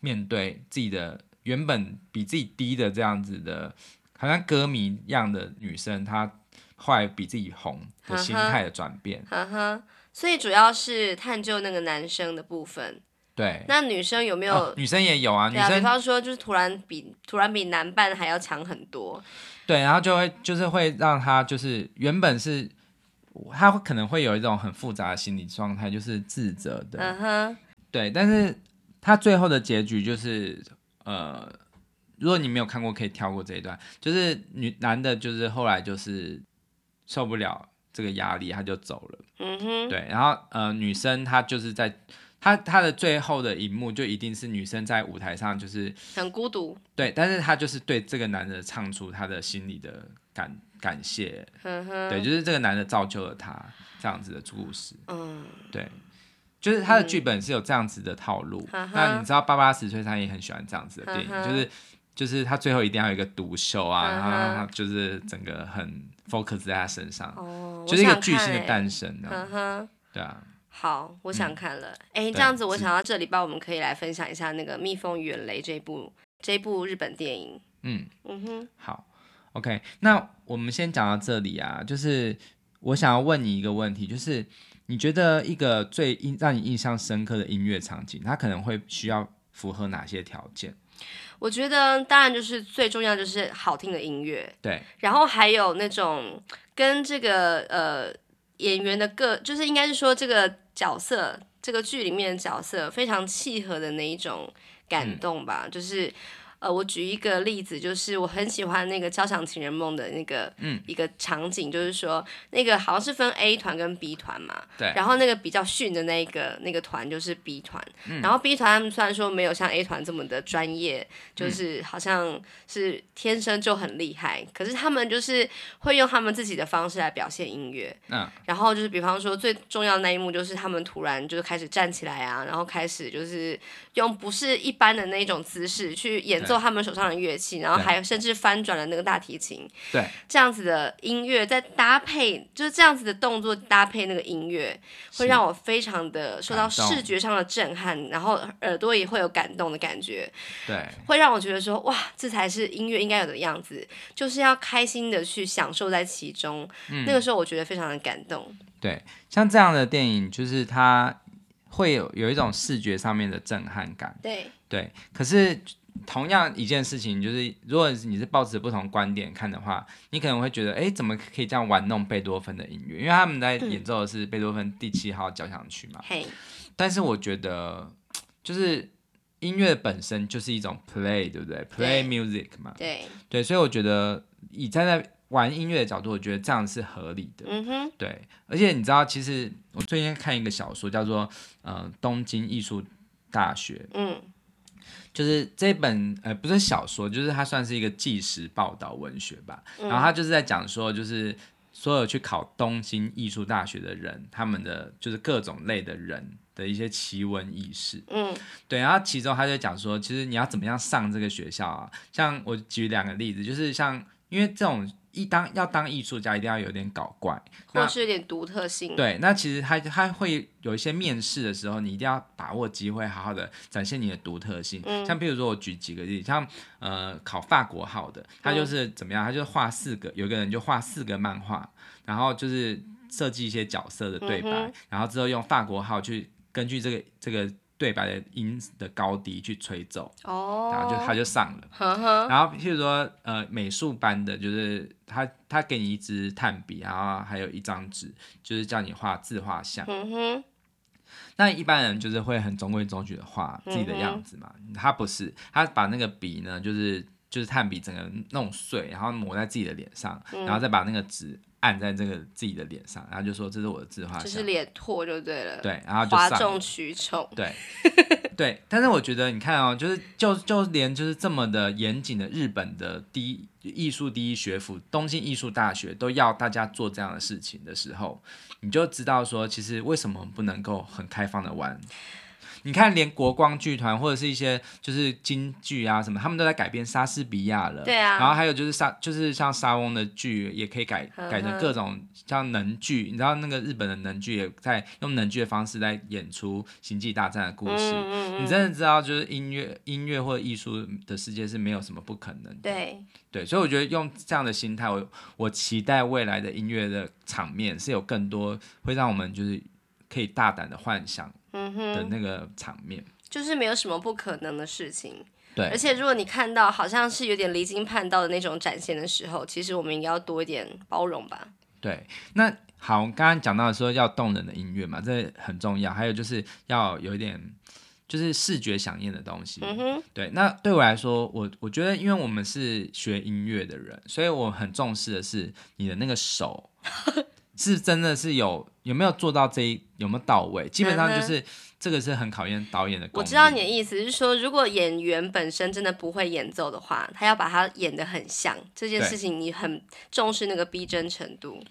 S2: 面对自己的原本比自己低的这样子的，好像歌迷一样的女生，她后来比自己红的心态的转变。
S1: 呵呵。嗯所以主要是探究那个男生的部分。
S2: 对，
S1: 那女生有没有？
S2: 哦女生也有啊，女
S1: 对啊，比
S2: 生
S1: 方说就是突然比突然比男伴还要强很多。
S2: 对，然后就会就是会让她就是原本是。她会可能会有一种很复杂的心理状态，就是自责的，
S1: 嗯哼，
S2: 对，但是他最后的结局就是，呃，如果你没有看过，可以跳过这一段。就是女男的，就是后来就是受不了这个压力，他就走了。
S1: 嗯哼，
S2: 对，然后呃，女生她就是在她她的最后的一幕，就一定是女生在舞台上，就是
S1: 很孤独。
S2: 对，但是她就是对这个男的唱出她的心里的感感谢，
S1: 嗯哼，
S2: 对，就是这个男的造就了她这样子的故事。
S1: 嗯，
S2: 对，就是他的剧本是有这样子的套路。
S1: 嗯
S2: 那你知道《爸爸十岁》他也很喜欢这样子的电影，
S1: 嗯哼
S2: 就是就是他最后一定要有一个独秀啊，
S1: 嗯
S2: 然
S1: 哼
S2: 后让他就是整个很 focus 在他身上，
S1: 哦，
S2: 就是一
S1: 我
S2: 个
S1: 想
S2: 巨
S1: 看
S2: 星的
S1: 欸
S2: 诞生呢、
S1: 嗯哼。
S2: 对啊，
S1: 好，我想看了。哎、这
S2: 对
S1: 样子，我
S2: 是
S1: 想到这礼拜我们可以来分享一下那个《蜜蜂与远雷》这部这部日本电影。
S2: 嗯，
S1: 嗯哼，
S2: 好，OK，那我们先讲到这里啊，就是我想要问你一个问题，就是你觉得一个最印让你印象深刻的音乐场景，它可能会需要符合哪些条件？
S1: 我觉得当然就是最重要就是好听的音乐，
S2: 对，
S1: 然后还有那种跟这个呃演员的个，就是应该是说这个角色这个剧里面的角色非常契合的那一种感动吧，就是。呃，我举一个例子，就是我很喜欢那个《交响情人梦》的那个、
S2: 嗯
S1: 一个场景，就是说那个好像是分 A 团跟 B 团嘛，
S2: 对，
S1: 然后那个比较逊的那一个那个团就是 B 团，
S2: 嗯
S1: 然后 B 团他们虽然说没有像 A 团这么的专业，就是好像是天生就很厉害，可是他们就是会用他们自己的方式来表现音乐。
S2: 嗯，
S1: 然后就是比方说最重要的那一幕就是他们突然就是开始站起来啊，然后开始就是用不是一般的那种姿势去演奏他们手上的乐器，然后还有甚至翻转了那个大提琴，
S2: 对，
S1: 这样子的音乐再搭配，就是这样子的动作搭配那个音乐，会
S2: 是
S1: 让我非常的受到
S2: 感动
S1: 视觉上的震撼，然后耳朵也会有感动的感觉，
S2: 对。
S1: 会让我觉得说哇，这才是音乐应该有的样子，就是要开心的去享受在其中。
S2: 嗯
S1: 那个时候我觉得非常的感动，
S2: 对，像这样的电影，就是它会有有一种视觉上面的震撼感。
S1: 对，
S2: 对，可是同样一件事情，就是如果你是抱持不同观点看的话，你可能会觉得，哎，怎么可以这样玩弄贝多芬的音乐？因为他们在演奏的是贝多芬第七号交响曲嘛。
S1: 嘿，
S2: 但是我觉得，就是音乐本身就是一种 play，对不对
S1: 对
S2: ？play music 嘛。
S1: 对，
S2: 对，所以我觉得以站在玩音乐的角度，我觉得这样是合理的。
S1: 嗯哼，
S2: 对，而且你知道，其实我最近看一个小说，叫做《呃东京艺术大学
S1: 嗯》，
S2: 就是这本呃不是小说，就是它算是一个纪实报道文学吧。然后它就是在讲说，就是所有去考东京艺术大学的人，他们的就是各种类的人的一些奇闻异事。
S1: 嗯，
S2: 对，然后其中他就讲说，其实你要怎么样上这个学校啊？像我举两个例子，就是像因为这种一当要当艺术家，一定要有点搞怪。那
S1: 或是有点独特性，
S2: 对，那其实他他会有一些面试的时候，你一定要把握机会，好好的展现你的独特性。
S1: 嗯
S2: 像比如说，我举几个例子，像呃考法国号的，他
S1: 嗯
S2: 就是怎么样，他就画四个，有一个人就画四个漫画，然后就是设计一些角色的对白，
S1: 嗯
S2: 然后之后用法国号去根据这个这个对白的音的高低去吹奏，
S1: 哦，
S2: 然后就他就上了。
S1: 呵呵，
S2: 然后譬如说，呃，美术班的，就是他他给你一支炭笔，然后还有一张纸，就是叫你画自画像。
S1: 嗯哼，
S2: 那一般人就是会很中规中矩的画自己
S1: 嗯
S2: 的样子嘛，他不是，他把那个笔
S1: 嗯
S2: 呢，就是就是炭笔整个弄碎，然后抹在自己的脸上，然后再把那个纸按在这个自己的脸上，然后就说这是我的自画像，
S1: 就是脸拓就对了，，
S2: 对，然后就
S1: 哗
S2: 上
S1: 众
S2: 了
S1: 取宠，
S2: 对对，但是我觉得你看哦，就是就就连就是这么的严谨的日本的第一艺术第一学府东京艺术大学都要大家做这样的事情的时候，你就知道说其实为什么不能够很开放的玩。你看，连国光剧团或者是一些就是京剧啊什么，他们都在改编莎士比亚了。
S1: 对啊
S2: 然后还有就是莎，就是像莎翁的剧也可以改
S1: 嗯
S2: 改成各种像能剧，你知道那个日本的能剧也在用能剧的方式在演出《星际大战》的故事。
S1: 嗯
S2: 你
S1: 嗯嗯，
S2: 真的知道，就是音乐、音乐或者艺术的世界是没有什么不可能的。
S1: 对，
S2: 对，所以我觉得用这样的心态，我我期待未来的音乐的场面是有更多会让我们就是可以大胆的幻想
S1: 嗯
S2: 的
S1: 哼，
S2: 那个场面。
S1: 就是没有什么不可能的事情。
S2: 对
S1: 而，且如果你看到好像是有点离经叛道的那种展现的时候，其实我们应该要多一点包容吧。
S2: 对，那好，我刚刚讲到说要动人的音乐嘛，这很重要。还有就是要有一点，就是视觉响应的东西。
S1: 嗯哼，
S2: 对，那对我来说，我我觉得，因为我们是学音乐的人，所以我很重视的是你的那 个手是真的是有有没有做到这一有没有到位，基本上
S1: 嗯
S2: 就
S1: 哼
S2: 是、这个是很考验导演的功
S1: 我
S2: 力。
S1: 知道你的意思是说，如果演员本身真的不会演奏的话，他要把它演得很像，这件
S2: 对
S1: 事情你很重视那个逼真程度。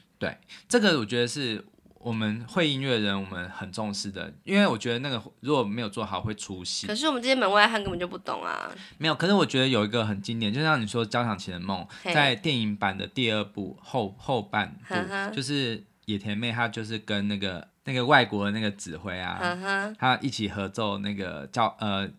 S2: 这个我觉得是我们会音乐的人我们很重视的，因为我觉得那个如果没有做好会出戏
S1: 可。是我们这些门外汉根本就不懂啊。
S2: 没有，可是我觉得有一个很经典，就像你说《交响情人梦》
S1: 嘿嗯
S2: 在电影版的第二部后后半部
S1: 呵，呵
S2: 就是野田妹她就是跟那个那个外国的那个指挥啊，
S1: 嗯哼，
S2: 她一起合奏那个叫呃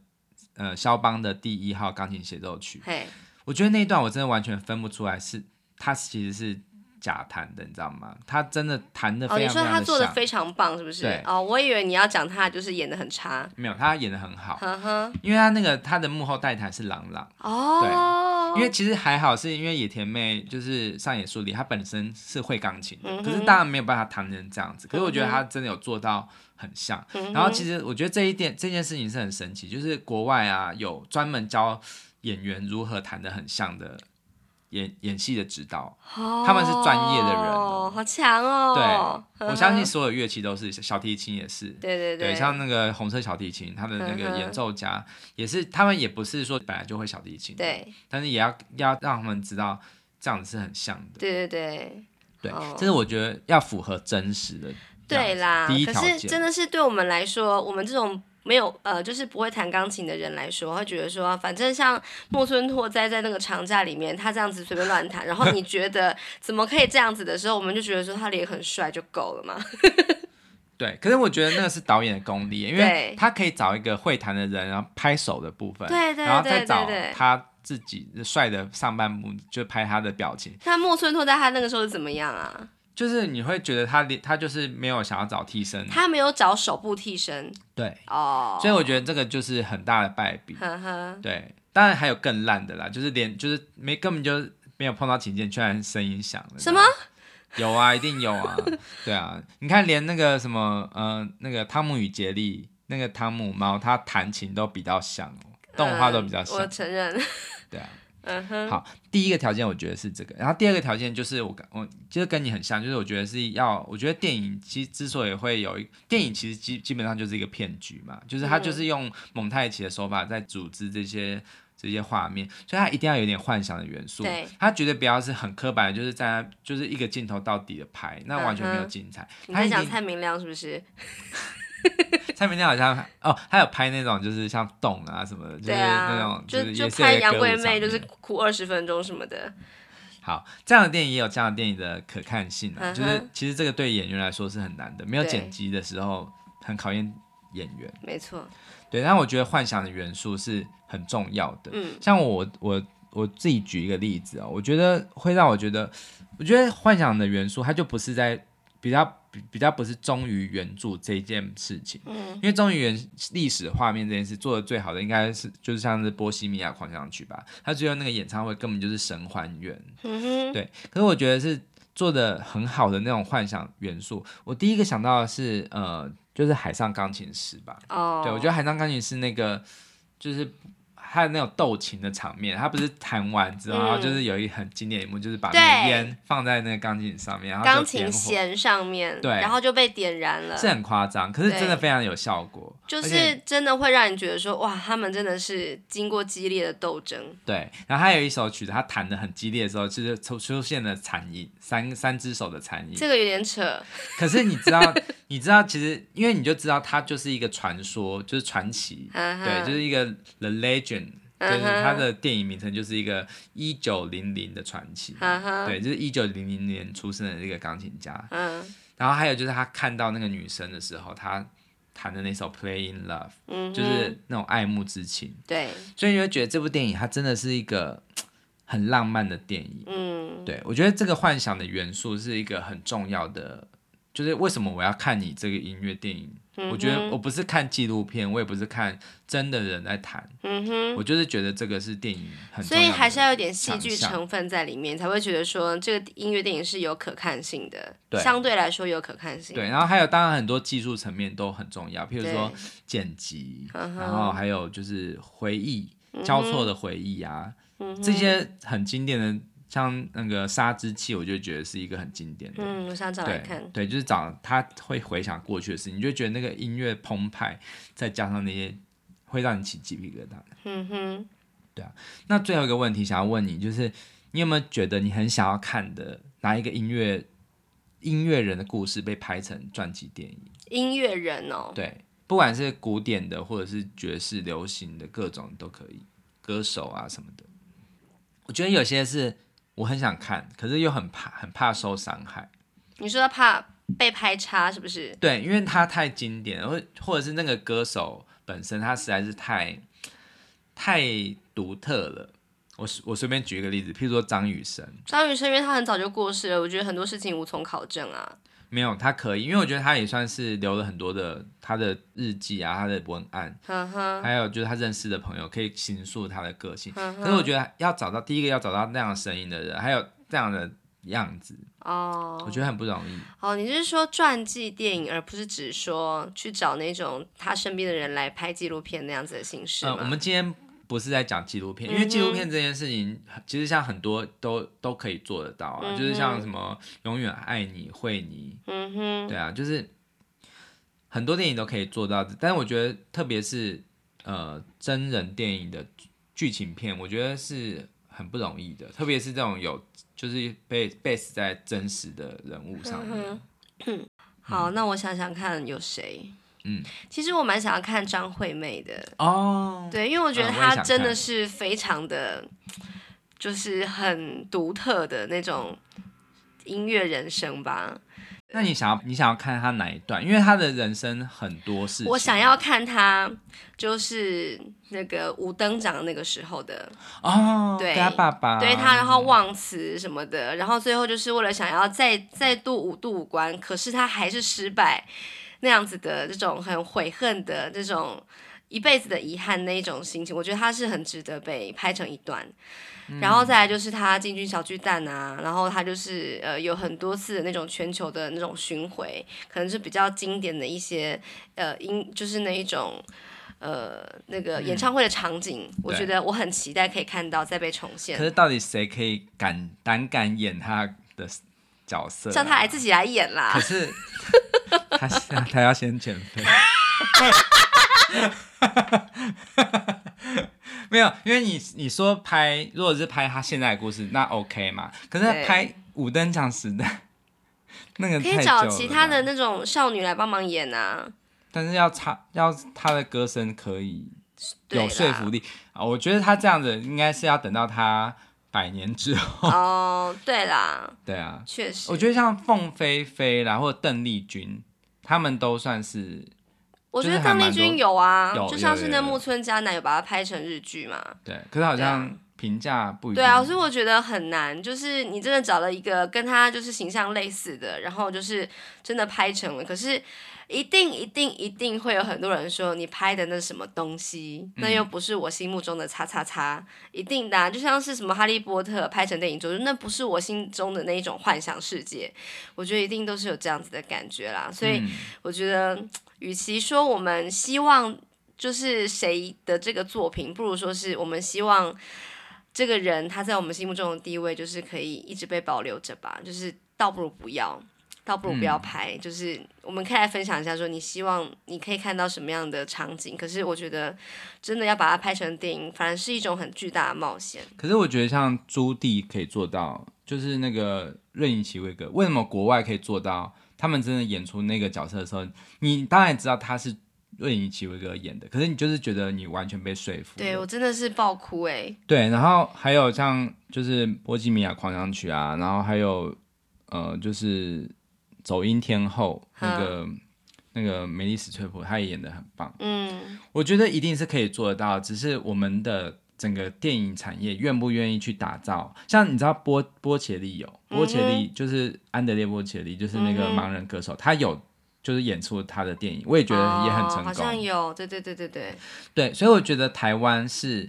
S2: 呃肖邦的第一号钢琴协奏曲。
S1: 嘿，
S2: 我觉得那一段我真的完全分不出来是她其实是假弹的，你知道吗？她真的弹的
S1: 哦，
S2: 非
S1: 你
S2: 常非
S1: 说
S2: 常
S1: 他
S2: 的
S1: 做的
S2: 像，
S1: 非常棒，是不是
S2: 对？
S1: 哦，我以为你要讲他就是演的很差。
S2: 没有她演的很好，
S1: 呵呵，
S2: 因为她那个她的幕后代弹是郎朗。
S1: 哦，
S2: 因为其实还好，是因为野田妹就是上野树里，她本身是会钢琴的，
S1: 嗯哼嗯
S2: 可是当然没有办法弹成这样子。可是我觉得她真的有做到很像。
S1: 嗯哼
S2: 然后其实我觉得这一点这件事情是很神奇，就是国外啊有专门教演员如何弹得很像的演演戏的指导。
S1: 他
S2: 他们是专业的人哦
S1: 好强哦。呵呵
S2: 我相信，所有乐器都是，小提琴也是。
S1: 对对
S2: 对，像那个红色小提琴，他的那
S1: 嗯
S2: 个
S1: 哼
S2: 演奏家也是，他们也不是说本来就会小提琴，，
S1: 对
S2: 但是也要要让他们知道这样子是很像的。
S1: 对对对
S2: 对，
S1: 哦
S2: 这是我觉得要符合真实的这样子。
S1: 对啦。
S2: 第一
S1: 可
S2: 条
S1: 是
S2: 件
S1: 真的是对我们来说，我们这种。没有，呃，就是不会弹钢琴的人来说，会觉得说，反正像木村拓哉在那个长假里面，他这样子随便乱弹，然后你觉得怎么可以这样子的时候，我们就觉得说他脸很帅就够了 嘛。
S2: 对，可是我觉得那个是导演的功力，因
S1: 对
S2: 为他可以找一个会弹的人，然后拍手的部分，
S1: 对对
S2: 然后再
S1: 对
S2: 找
S1: 对对
S2: 他自己帅的上半部，就拍他的表情，
S1: 那木村拓哉他那个时候是怎么样啊？
S2: 就是你会觉得他连他就是没有想要找替身，
S1: 他没有找手部替身
S2: 对，
S1: 哦，
S2: 所以我觉嗯得这个就是很大的败笔，
S1: 呵呵，
S2: 对，当然还有更烂的啦，就是连就是没根本就没有碰到琴键，居然声音响了，
S1: 什么？
S2: 有啊，一定有 啊，对啊，你看连那个什么，呃，那个汤姆与杰利，那个汤姆猫，它弹琴都比较像哦，动画都比较
S1: 嗯
S2: 像，
S1: 我承认，
S2: 对啊。
S1: 嗯哼，
S2: 好，第一个条件我觉得是这个，然后第二个条件就是我刚我就是跟你很像，就是我觉得是要，我觉得电影其实之所以会有一电影，其实基基本上就是一个骗局嘛，就是它
S1: 嗯
S2: 就是用蒙太奇的手法在组织这些。这些画面，所以它一定要有点幻想的元素
S1: 对，
S2: 它绝对不要是很刻板的，就是在那就是一个镜头到底的拍，那完全没有
S1: 嗯哼
S2: 精彩。
S1: 你
S2: 它
S1: 在
S2: 一定
S1: 讲蔡明亮是不是？
S2: 蔡明亮好像哦，他有拍那种就是像洞啊什么的，就是
S1: 对啊，
S2: 那种
S1: 就是就
S2: 也是有
S1: 拍
S2: 一个
S1: 杨
S2: 歌舞
S1: 贵
S2: 场
S1: 妹，就是
S2: 面
S1: 哭二十分钟什么的。
S2: 好，这样的电影也有这样的电影的可看性啊，
S1: 嗯哼
S2: 就是其实这个对演员来说是很难的，没有
S1: 对
S2: 剪辑的时候很考验演员。
S1: 没错，
S2: 对，但我觉得幻想的元素是很重要的。
S1: 嗯，
S2: 像我我我自己举一个例子啊、我觉得会让我觉得，我觉得幻想的元素它就不是在比较比比较不是忠于原著这件事情，嗯，因为忠于原历史画面这件事做的最好的应该是就是像是《波西米亚狂想曲》吧，它最后那个演唱会根本就是神还原，
S1: 嗯哼，
S2: 对，可是我觉得是做的很好的那种幻想元素。我第一个想到的是，呃，就是海上钢琴师吧。
S1: 哦，
S2: 对，我觉得海上钢琴师那个就是他的那种斗琴的场面，他不是弹完之后，
S1: 嗯
S2: 然后就是有一很经典的一幕，就是把
S1: 对
S2: 那个烟放在那个钢琴上面，然后就
S1: 钢琴
S2: 点火
S1: 弦上面，
S2: 对
S1: 然后就被点燃了，
S2: 是很夸张，可是真的
S1: 对
S2: 非常有效果，
S1: 就
S2: 而且
S1: 是真的会让你觉得说，哇，他们真的是经过激烈的斗争，
S2: 对。然后还有一首曲子，他弹的很激烈的时候，就是出出现了残影，三三只手的残影。
S1: 这个有点扯，
S2: 可是你知道，你知道，其实因为你就知道，它就是一个传说，就是传奇，
S1: 嗯哼
S2: 对，就是一个 The Legend。就
S1: 嗯
S2: 是
S1: 哼
S2: 它的电影名称就是一个一九零零的传奇，
S1: 嗯哼
S2: 对，就是一九零零年出生的这个钢琴家。
S1: 嗯
S2: 然后还有就是他看到那个女生的时候，他弹的那首《Play in Love》，
S1: 嗯哼，
S2: 就是那种爱慕之情，
S1: 对，
S2: 所以你会觉得这部电影它真的是一个很浪漫的电影。
S1: 嗯，
S2: 对我觉得这个幻想的元素是一个很重要的，就是为什么我要看你这个音乐电影？
S1: 嗯哼
S2: 我觉得我不是看纪录片，我也不是看真的人在弹，
S1: 嗯哼。
S2: 我就是觉得这个是电影很重
S1: 所
S2: 要的
S1: 以还是要有点戏剧
S2: 想象
S1: 成分在里面，才会觉得说这个音乐电影是有可看性的，
S2: 对
S1: 相对来说有可看性。
S2: 对，然后还有当然很多技术层面都很重要，譬如说
S1: 对
S2: 剪辑，
S1: 嗯哼嗯
S2: 然后还有就是回忆交错的回忆啊，这些很经典的，像那个《杀之气》，我就觉得是一个很经典的。
S1: 嗯，我想找来
S2: 对
S1: 看。
S2: 对，就是找他会回想过去的事，你就觉得那个音乐澎湃，再加上那些会让你起鸡皮疙瘩。
S1: 嗯哼，
S2: 那最后一个问题想要问你，就是你有没有觉得你很想要看的哪一个音乐音乐人的故事被拍成传记电影？
S1: 音乐人哦，
S2: 对，不管是古典的或者是爵士、流行的各种都可以，歌手啊什么的。我觉得有些是我很想看，可是又很怕，很怕受伤害。
S1: 你说他怕被拍叉是不是？
S2: 对，因为它太经典了，或或者是那个歌手本身，他实在是太太独特了。我随我随便举一个例子，譬如说张雨生，
S1: 张雨生因为他很早就过世了，我觉得很多事情无从考证啊。
S2: 没有他可以，因为我觉得他也算是留了很多的他的日记啊，他的文案，
S1: 哼哼，
S2: 还有就是他认识的朋友可以倾诉他的个性。
S1: 嗯
S2: 可是我觉得要找到第一个要找到那样的声音的人，还有这样的样子，
S1: 哦，
S2: 我觉得很不容易。
S1: 哦，你是说传记电影，而不是只说去找那种他身边的人来拍纪录片那样子的形式吗？嗯
S2: 嗯，我们今天不是在讲纪录片，因为纪录片这件事情，其实像很多都都可以做得到啊，
S1: 嗯哼
S2: 就是像什么《永远爱你》《会你
S1: 嗯》，哼，
S2: 对啊，就是很多电影都可以做到的。但是我觉得，特别是呃真人电影的剧情片，我觉得是很不容易的，特别是这种有就是被 base 在真实的人物上面。
S1: 嗯好，那我想想看有谁。
S2: 嗯，
S1: 其实我蛮想要看张惠妹的，
S2: 哦，
S1: 对，因为我觉得
S2: 嗯我也想
S1: 她
S2: 看
S1: 真的是非常的，就是很独特的那种音乐人生吧。
S2: 那你想要你想要看他哪一段？因为他的人生很多事情，
S1: 我想要看她就是那个五灯奖那个时候的，
S2: 哦，
S1: 对
S2: 跟他爸爸，
S1: 对她，然后忘词什么的，然后最后就是为了想要再再度五度五关，可是她还是失败，那样子的这种很悔恨的这种一辈子的遗憾那一种心情，我觉得她是很值得被拍成一段。然后再来就是她进军小巨蛋啊，然后她就是呃有很多次的那种全球的那种巡回，可能是比较经典的一些呃音，就是那一种。呃，那个演唱会的场景，我
S2: 对
S1: 觉得我很期待可以看到再被重现
S2: 可。是到底谁可以敢胆敢演他的角色、啊
S1: 叫他来，自己来演啦
S2: 可。是他他他要先减肥。 没有，因为你你说拍，如果是拍他现在的故事，那 OK 嘛？可是
S1: 对
S2: 拍五登场时代，那个
S1: 可
S2: 太
S1: 以
S2: 久了
S1: 找
S2: 吧
S1: 其他的，那种少女来帮忙演啊。
S2: 但是要他要他的歌声可以
S1: 对
S2: 有说服力啊！我觉得他这样子应该是要等到他百年之后，
S1: 啦哦，对啦，
S2: 对啊，
S1: 确实。
S2: 我觉得像凤飞飞啦，或者邓丽君，他们都算是
S1: 我觉
S2: 就
S1: 得
S2: 是还
S1: 邓
S2: 蛮
S1: 丽
S2: 多
S1: 君有啊，
S2: 有
S1: 就像是那
S2: 有有有
S1: 木村佳乃有把它拍成日剧嘛。
S2: 对，可是好
S1: 对啊
S2: 像评价不一定。
S1: 对啊，所以我觉得很难，就是你真的找了一个跟他就是形象类似的，然后就是真的拍成了，可是一定一定一定会有很多人说你拍的那是什么东西，
S2: 嗯
S1: 那又不是我心目中的叉叉叉，一定的、啊，就像是什么哈利波特拍成电影就是那不是我心中的那一种幻想世界，我觉得一定都是有这样子的感觉啦，所以
S2: 嗯
S1: 我觉得，与其说我们希望就是谁的这个作品，不如说是我们希望这个人他在我们心目中的地位，就是可以一直被保留着吧。就是倒不如不要，倒不如
S2: 嗯
S1: 不要拍。就是我们可以来分享一下，说你希望你可以看到什么样的场景。可是我觉得真的要把它拍成电影，反而是一种很巨大的冒险。
S2: 可是我觉得像朱棣可以做到，就是那个任盈齐威哥，为什么国外可以做到？他们真的演出那个角色的时候，你当然知道他是任盈齐威哥演的，可是你就是觉得你完全被说服了。
S1: 对我真的是爆哭哎、
S2: 对，然后还有像就是《波西米亚狂想曲》啊，然后还有呃，就是走音天后那个那个梅丽史翠普，她也演的很棒。
S1: 嗯，
S2: 我觉得一定是可以做得到，只是我们的整个电影产业愿不愿意去打造。像你知道波波切利有波切
S1: 嗯
S2: 利，就是安德烈波切利，就是那个盲人歌手，他有就是演出他的电影，我也觉得也很成
S1: 哦，好
S2: 功。
S1: 像有，对对对对对，
S2: 对，所以我觉得台湾是，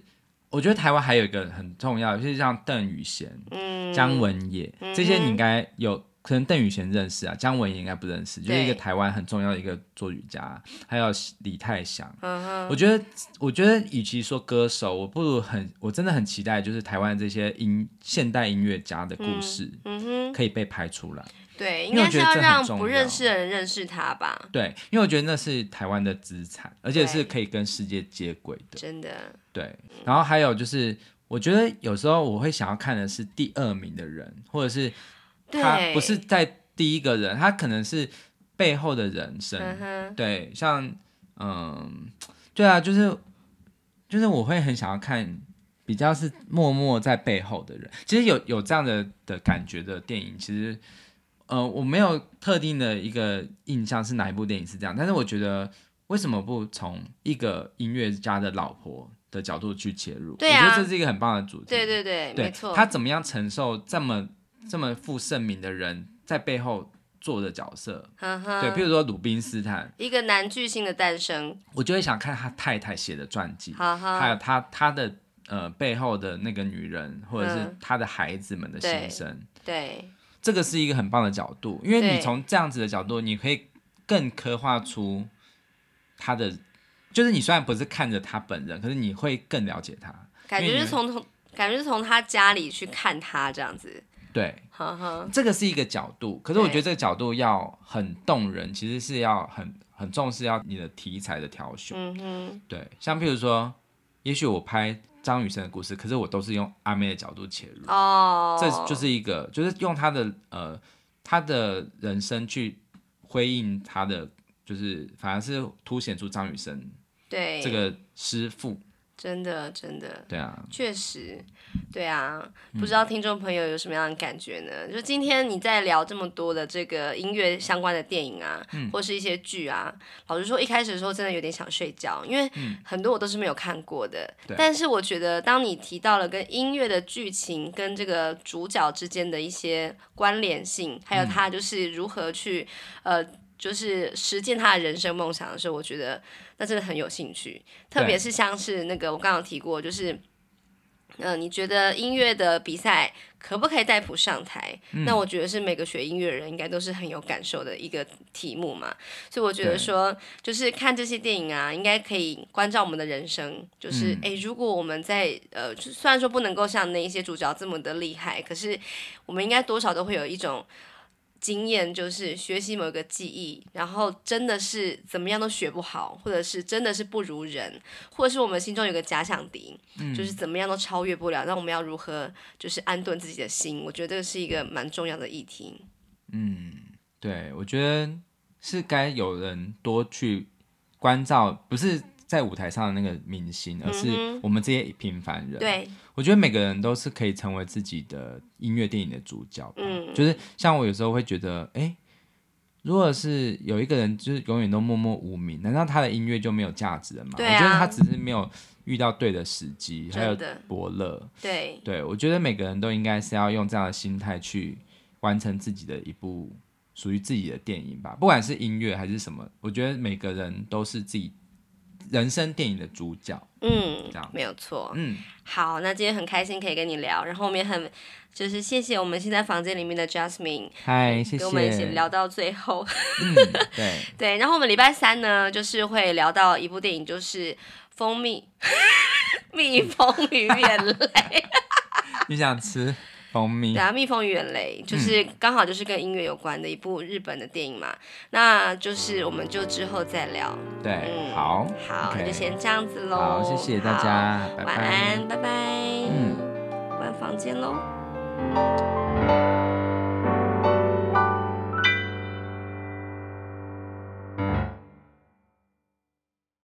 S2: 我觉得台湾还有一个很重要的，就是像邓宇贤、
S1: 嗯，
S2: 姜文也、这些，你应该有可能邓宇贤认识啊，姜文也应该不认识，就是一个
S1: 对
S2: 台湾很重要的一个作曲家，还有李泰祥。
S1: 嗯
S2: 我
S1: 哼，
S2: 觉得，我觉得，与其说歌手，我不如很，我真的很期待，就是台湾这些音现代音乐家的故事
S1: 嗯哼。
S2: 可以被拍出来。
S1: 对，应
S2: 因为我
S1: 该
S2: 觉
S1: 是
S2: 得
S1: 要
S2: 这很
S1: 让
S2: 重
S1: 不
S2: 要
S1: 认识的人认识他吧，
S2: 对，因为我觉得那是台湾的资产，而且
S1: 对
S2: 是可以跟世界接轨的。
S1: 真的。
S2: 对，然后还有就是，我觉得有时候我会想要看的是第二名的人，或者是他
S1: 对，
S2: 不是，在第一个人，他可能是背后的人生。
S1: 嗯哼，
S2: 对，像嗯，对啊，就是就是我会很想要看比较是默默在背后的人。其实有有这样的的感觉的电影，其实呃我没有特定的一个印象是哪一部电影是这样，但是我觉得为什么不从一个音乐家的老婆的角度去切入？
S1: 对
S2: 我觉
S1: 啊
S2: 得这是一个很棒的主题。
S1: 对对对，
S2: 对
S1: 没错，
S2: 他怎么样承受这么这么负盛名的人在背后做的角色？
S1: 嗯哼，
S2: 对，譬如说鲁宾斯坦，
S1: 一个男巨星的诞生，
S2: 我就会想看他太太写的传记，
S1: 哈
S2: 还
S1: 哈，
S2: 有他他的呃背后的那个女人，或者是
S1: 嗯
S2: 他的孩子们的心
S1: 对
S2: 声，
S1: 对
S2: 这个是一个很棒的角度，因为
S1: 对
S2: 你从这样子的角度，你可以更刻画出他的，就是你虽然不是看着他本人，可是你会更了解他。
S1: 感
S2: 因为
S1: 觉是
S2: 你
S1: 从从感觉是从他家里去看他这样子，
S2: 对，
S1: 哈哈，
S2: 这个是一个角度，可是我
S1: 对
S2: 觉得这个角度要很动人，其实是要很很重视要你的题材的挑选。
S1: 嗯哼，
S2: 对，像譬如说，也许我拍张雨生的故事，可是我都是用阿妹的角度切入，
S1: 哦，
S2: 这就是一个，就是用她的呃她的人生去回应她的，就是反而是凸显出张雨生
S1: 对
S2: 这个师傅，
S1: 真的真的。
S2: 对啊，
S1: 确实，对啊，不知
S2: 嗯
S1: 道听众朋友有什么样的感觉呢？就今天你在聊这么多的这个音乐相关的电影啊，
S2: 嗯
S1: 或是一些剧啊，老实说，一开始的时候真的有点想睡觉，因为很多我都是没有看过的。
S2: 嗯对
S1: 但是我觉得，当你提到了跟音乐的剧情跟这个主角之间的一些关联性，还有
S2: 嗯
S1: 他就是如何去、呃。就是实践他的人生梦想的时候，我觉得那真的很有兴趣，特别
S2: 对
S1: 是像是那个我刚刚有提过，就是嗯，你觉得音乐的比赛可不可以带谱上台？
S2: 嗯
S1: 那我觉得是每个学音乐的人应该都是很有感受的一个题目嘛。所以我觉得
S2: 对
S1: 说，就是看这些电影啊，应该可以关照我们的人生。就是
S2: 嗯
S1: 诶，如果我们在呃，就虽然说不能够像那一些主角这么的厉害，可是我们应该多少都会有一种。经验就是学习某个技艺，然后真的是怎么样都学不好，或者是真的是不如人，或者是我们心中有个假想敌，
S2: 嗯
S1: 就是怎么样都超越不了。那我们要如何就是安顿自己的心？我觉得这个是一个蛮重要的议题。
S2: 对我觉得是该有人多去关照，不是在舞台上的那个明星，而是
S1: 嗯
S2: 我们这些平凡人，
S1: 对，
S2: 我觉得每个人都是可以成为自己的音乐电影的主角吧。
S1: 嗯
S2: 就是像我有时候会觉得，哎、如果是有一个人就是永远都默默无名，难道他的音乐就没有价值了吗？
S1: 对
S2: 我觉得
S1: 啊
S2: 他只是没有遇到对的时机，还有
S1: 真的
S2: 伯乐。
S1: 对，
S2: 对，我觉得每个人都应该是要用这样的心态去完成自己的一部属于自己的电影吧，不管是音乐还是什么，我觉得每个人都是自己人生电影的主角，
S1: 嗯
S2: 这样，
S1: 没有错。
S2: 嗯，
S1: 好，那今天很开心可以跟你聊，然后我们也很就是谢谢我们现在房间里面的 Jasmine，
S2: 嗨，谢谢，
S1: 跟我们一起聊到最后。
S2: 嗯，对，
S1: 对，然后我们礼拜三呢，就是会聊到一部电影，就是《蜂蜜 蜜蜂与眼 泪》。
S2: 你想吃蜂蜜
S1: 对？啊，《蜜蜂与眼泪》就是
S2: 嗯
S1: 刚好就是跟音乐有关的一部日本的电影嘛，那就是我们就之后再聊。
S2: 对，
S1: 嗯，
S2: 哎好，
S1: 好
S2: OK
S1: 那就先这样子喽。
S2: 好，谢谢大
S1: 好，
S2: 家，拜拜，
S1: 晚安，拜拜。
S2: 嗯。
S1: 关房间喽。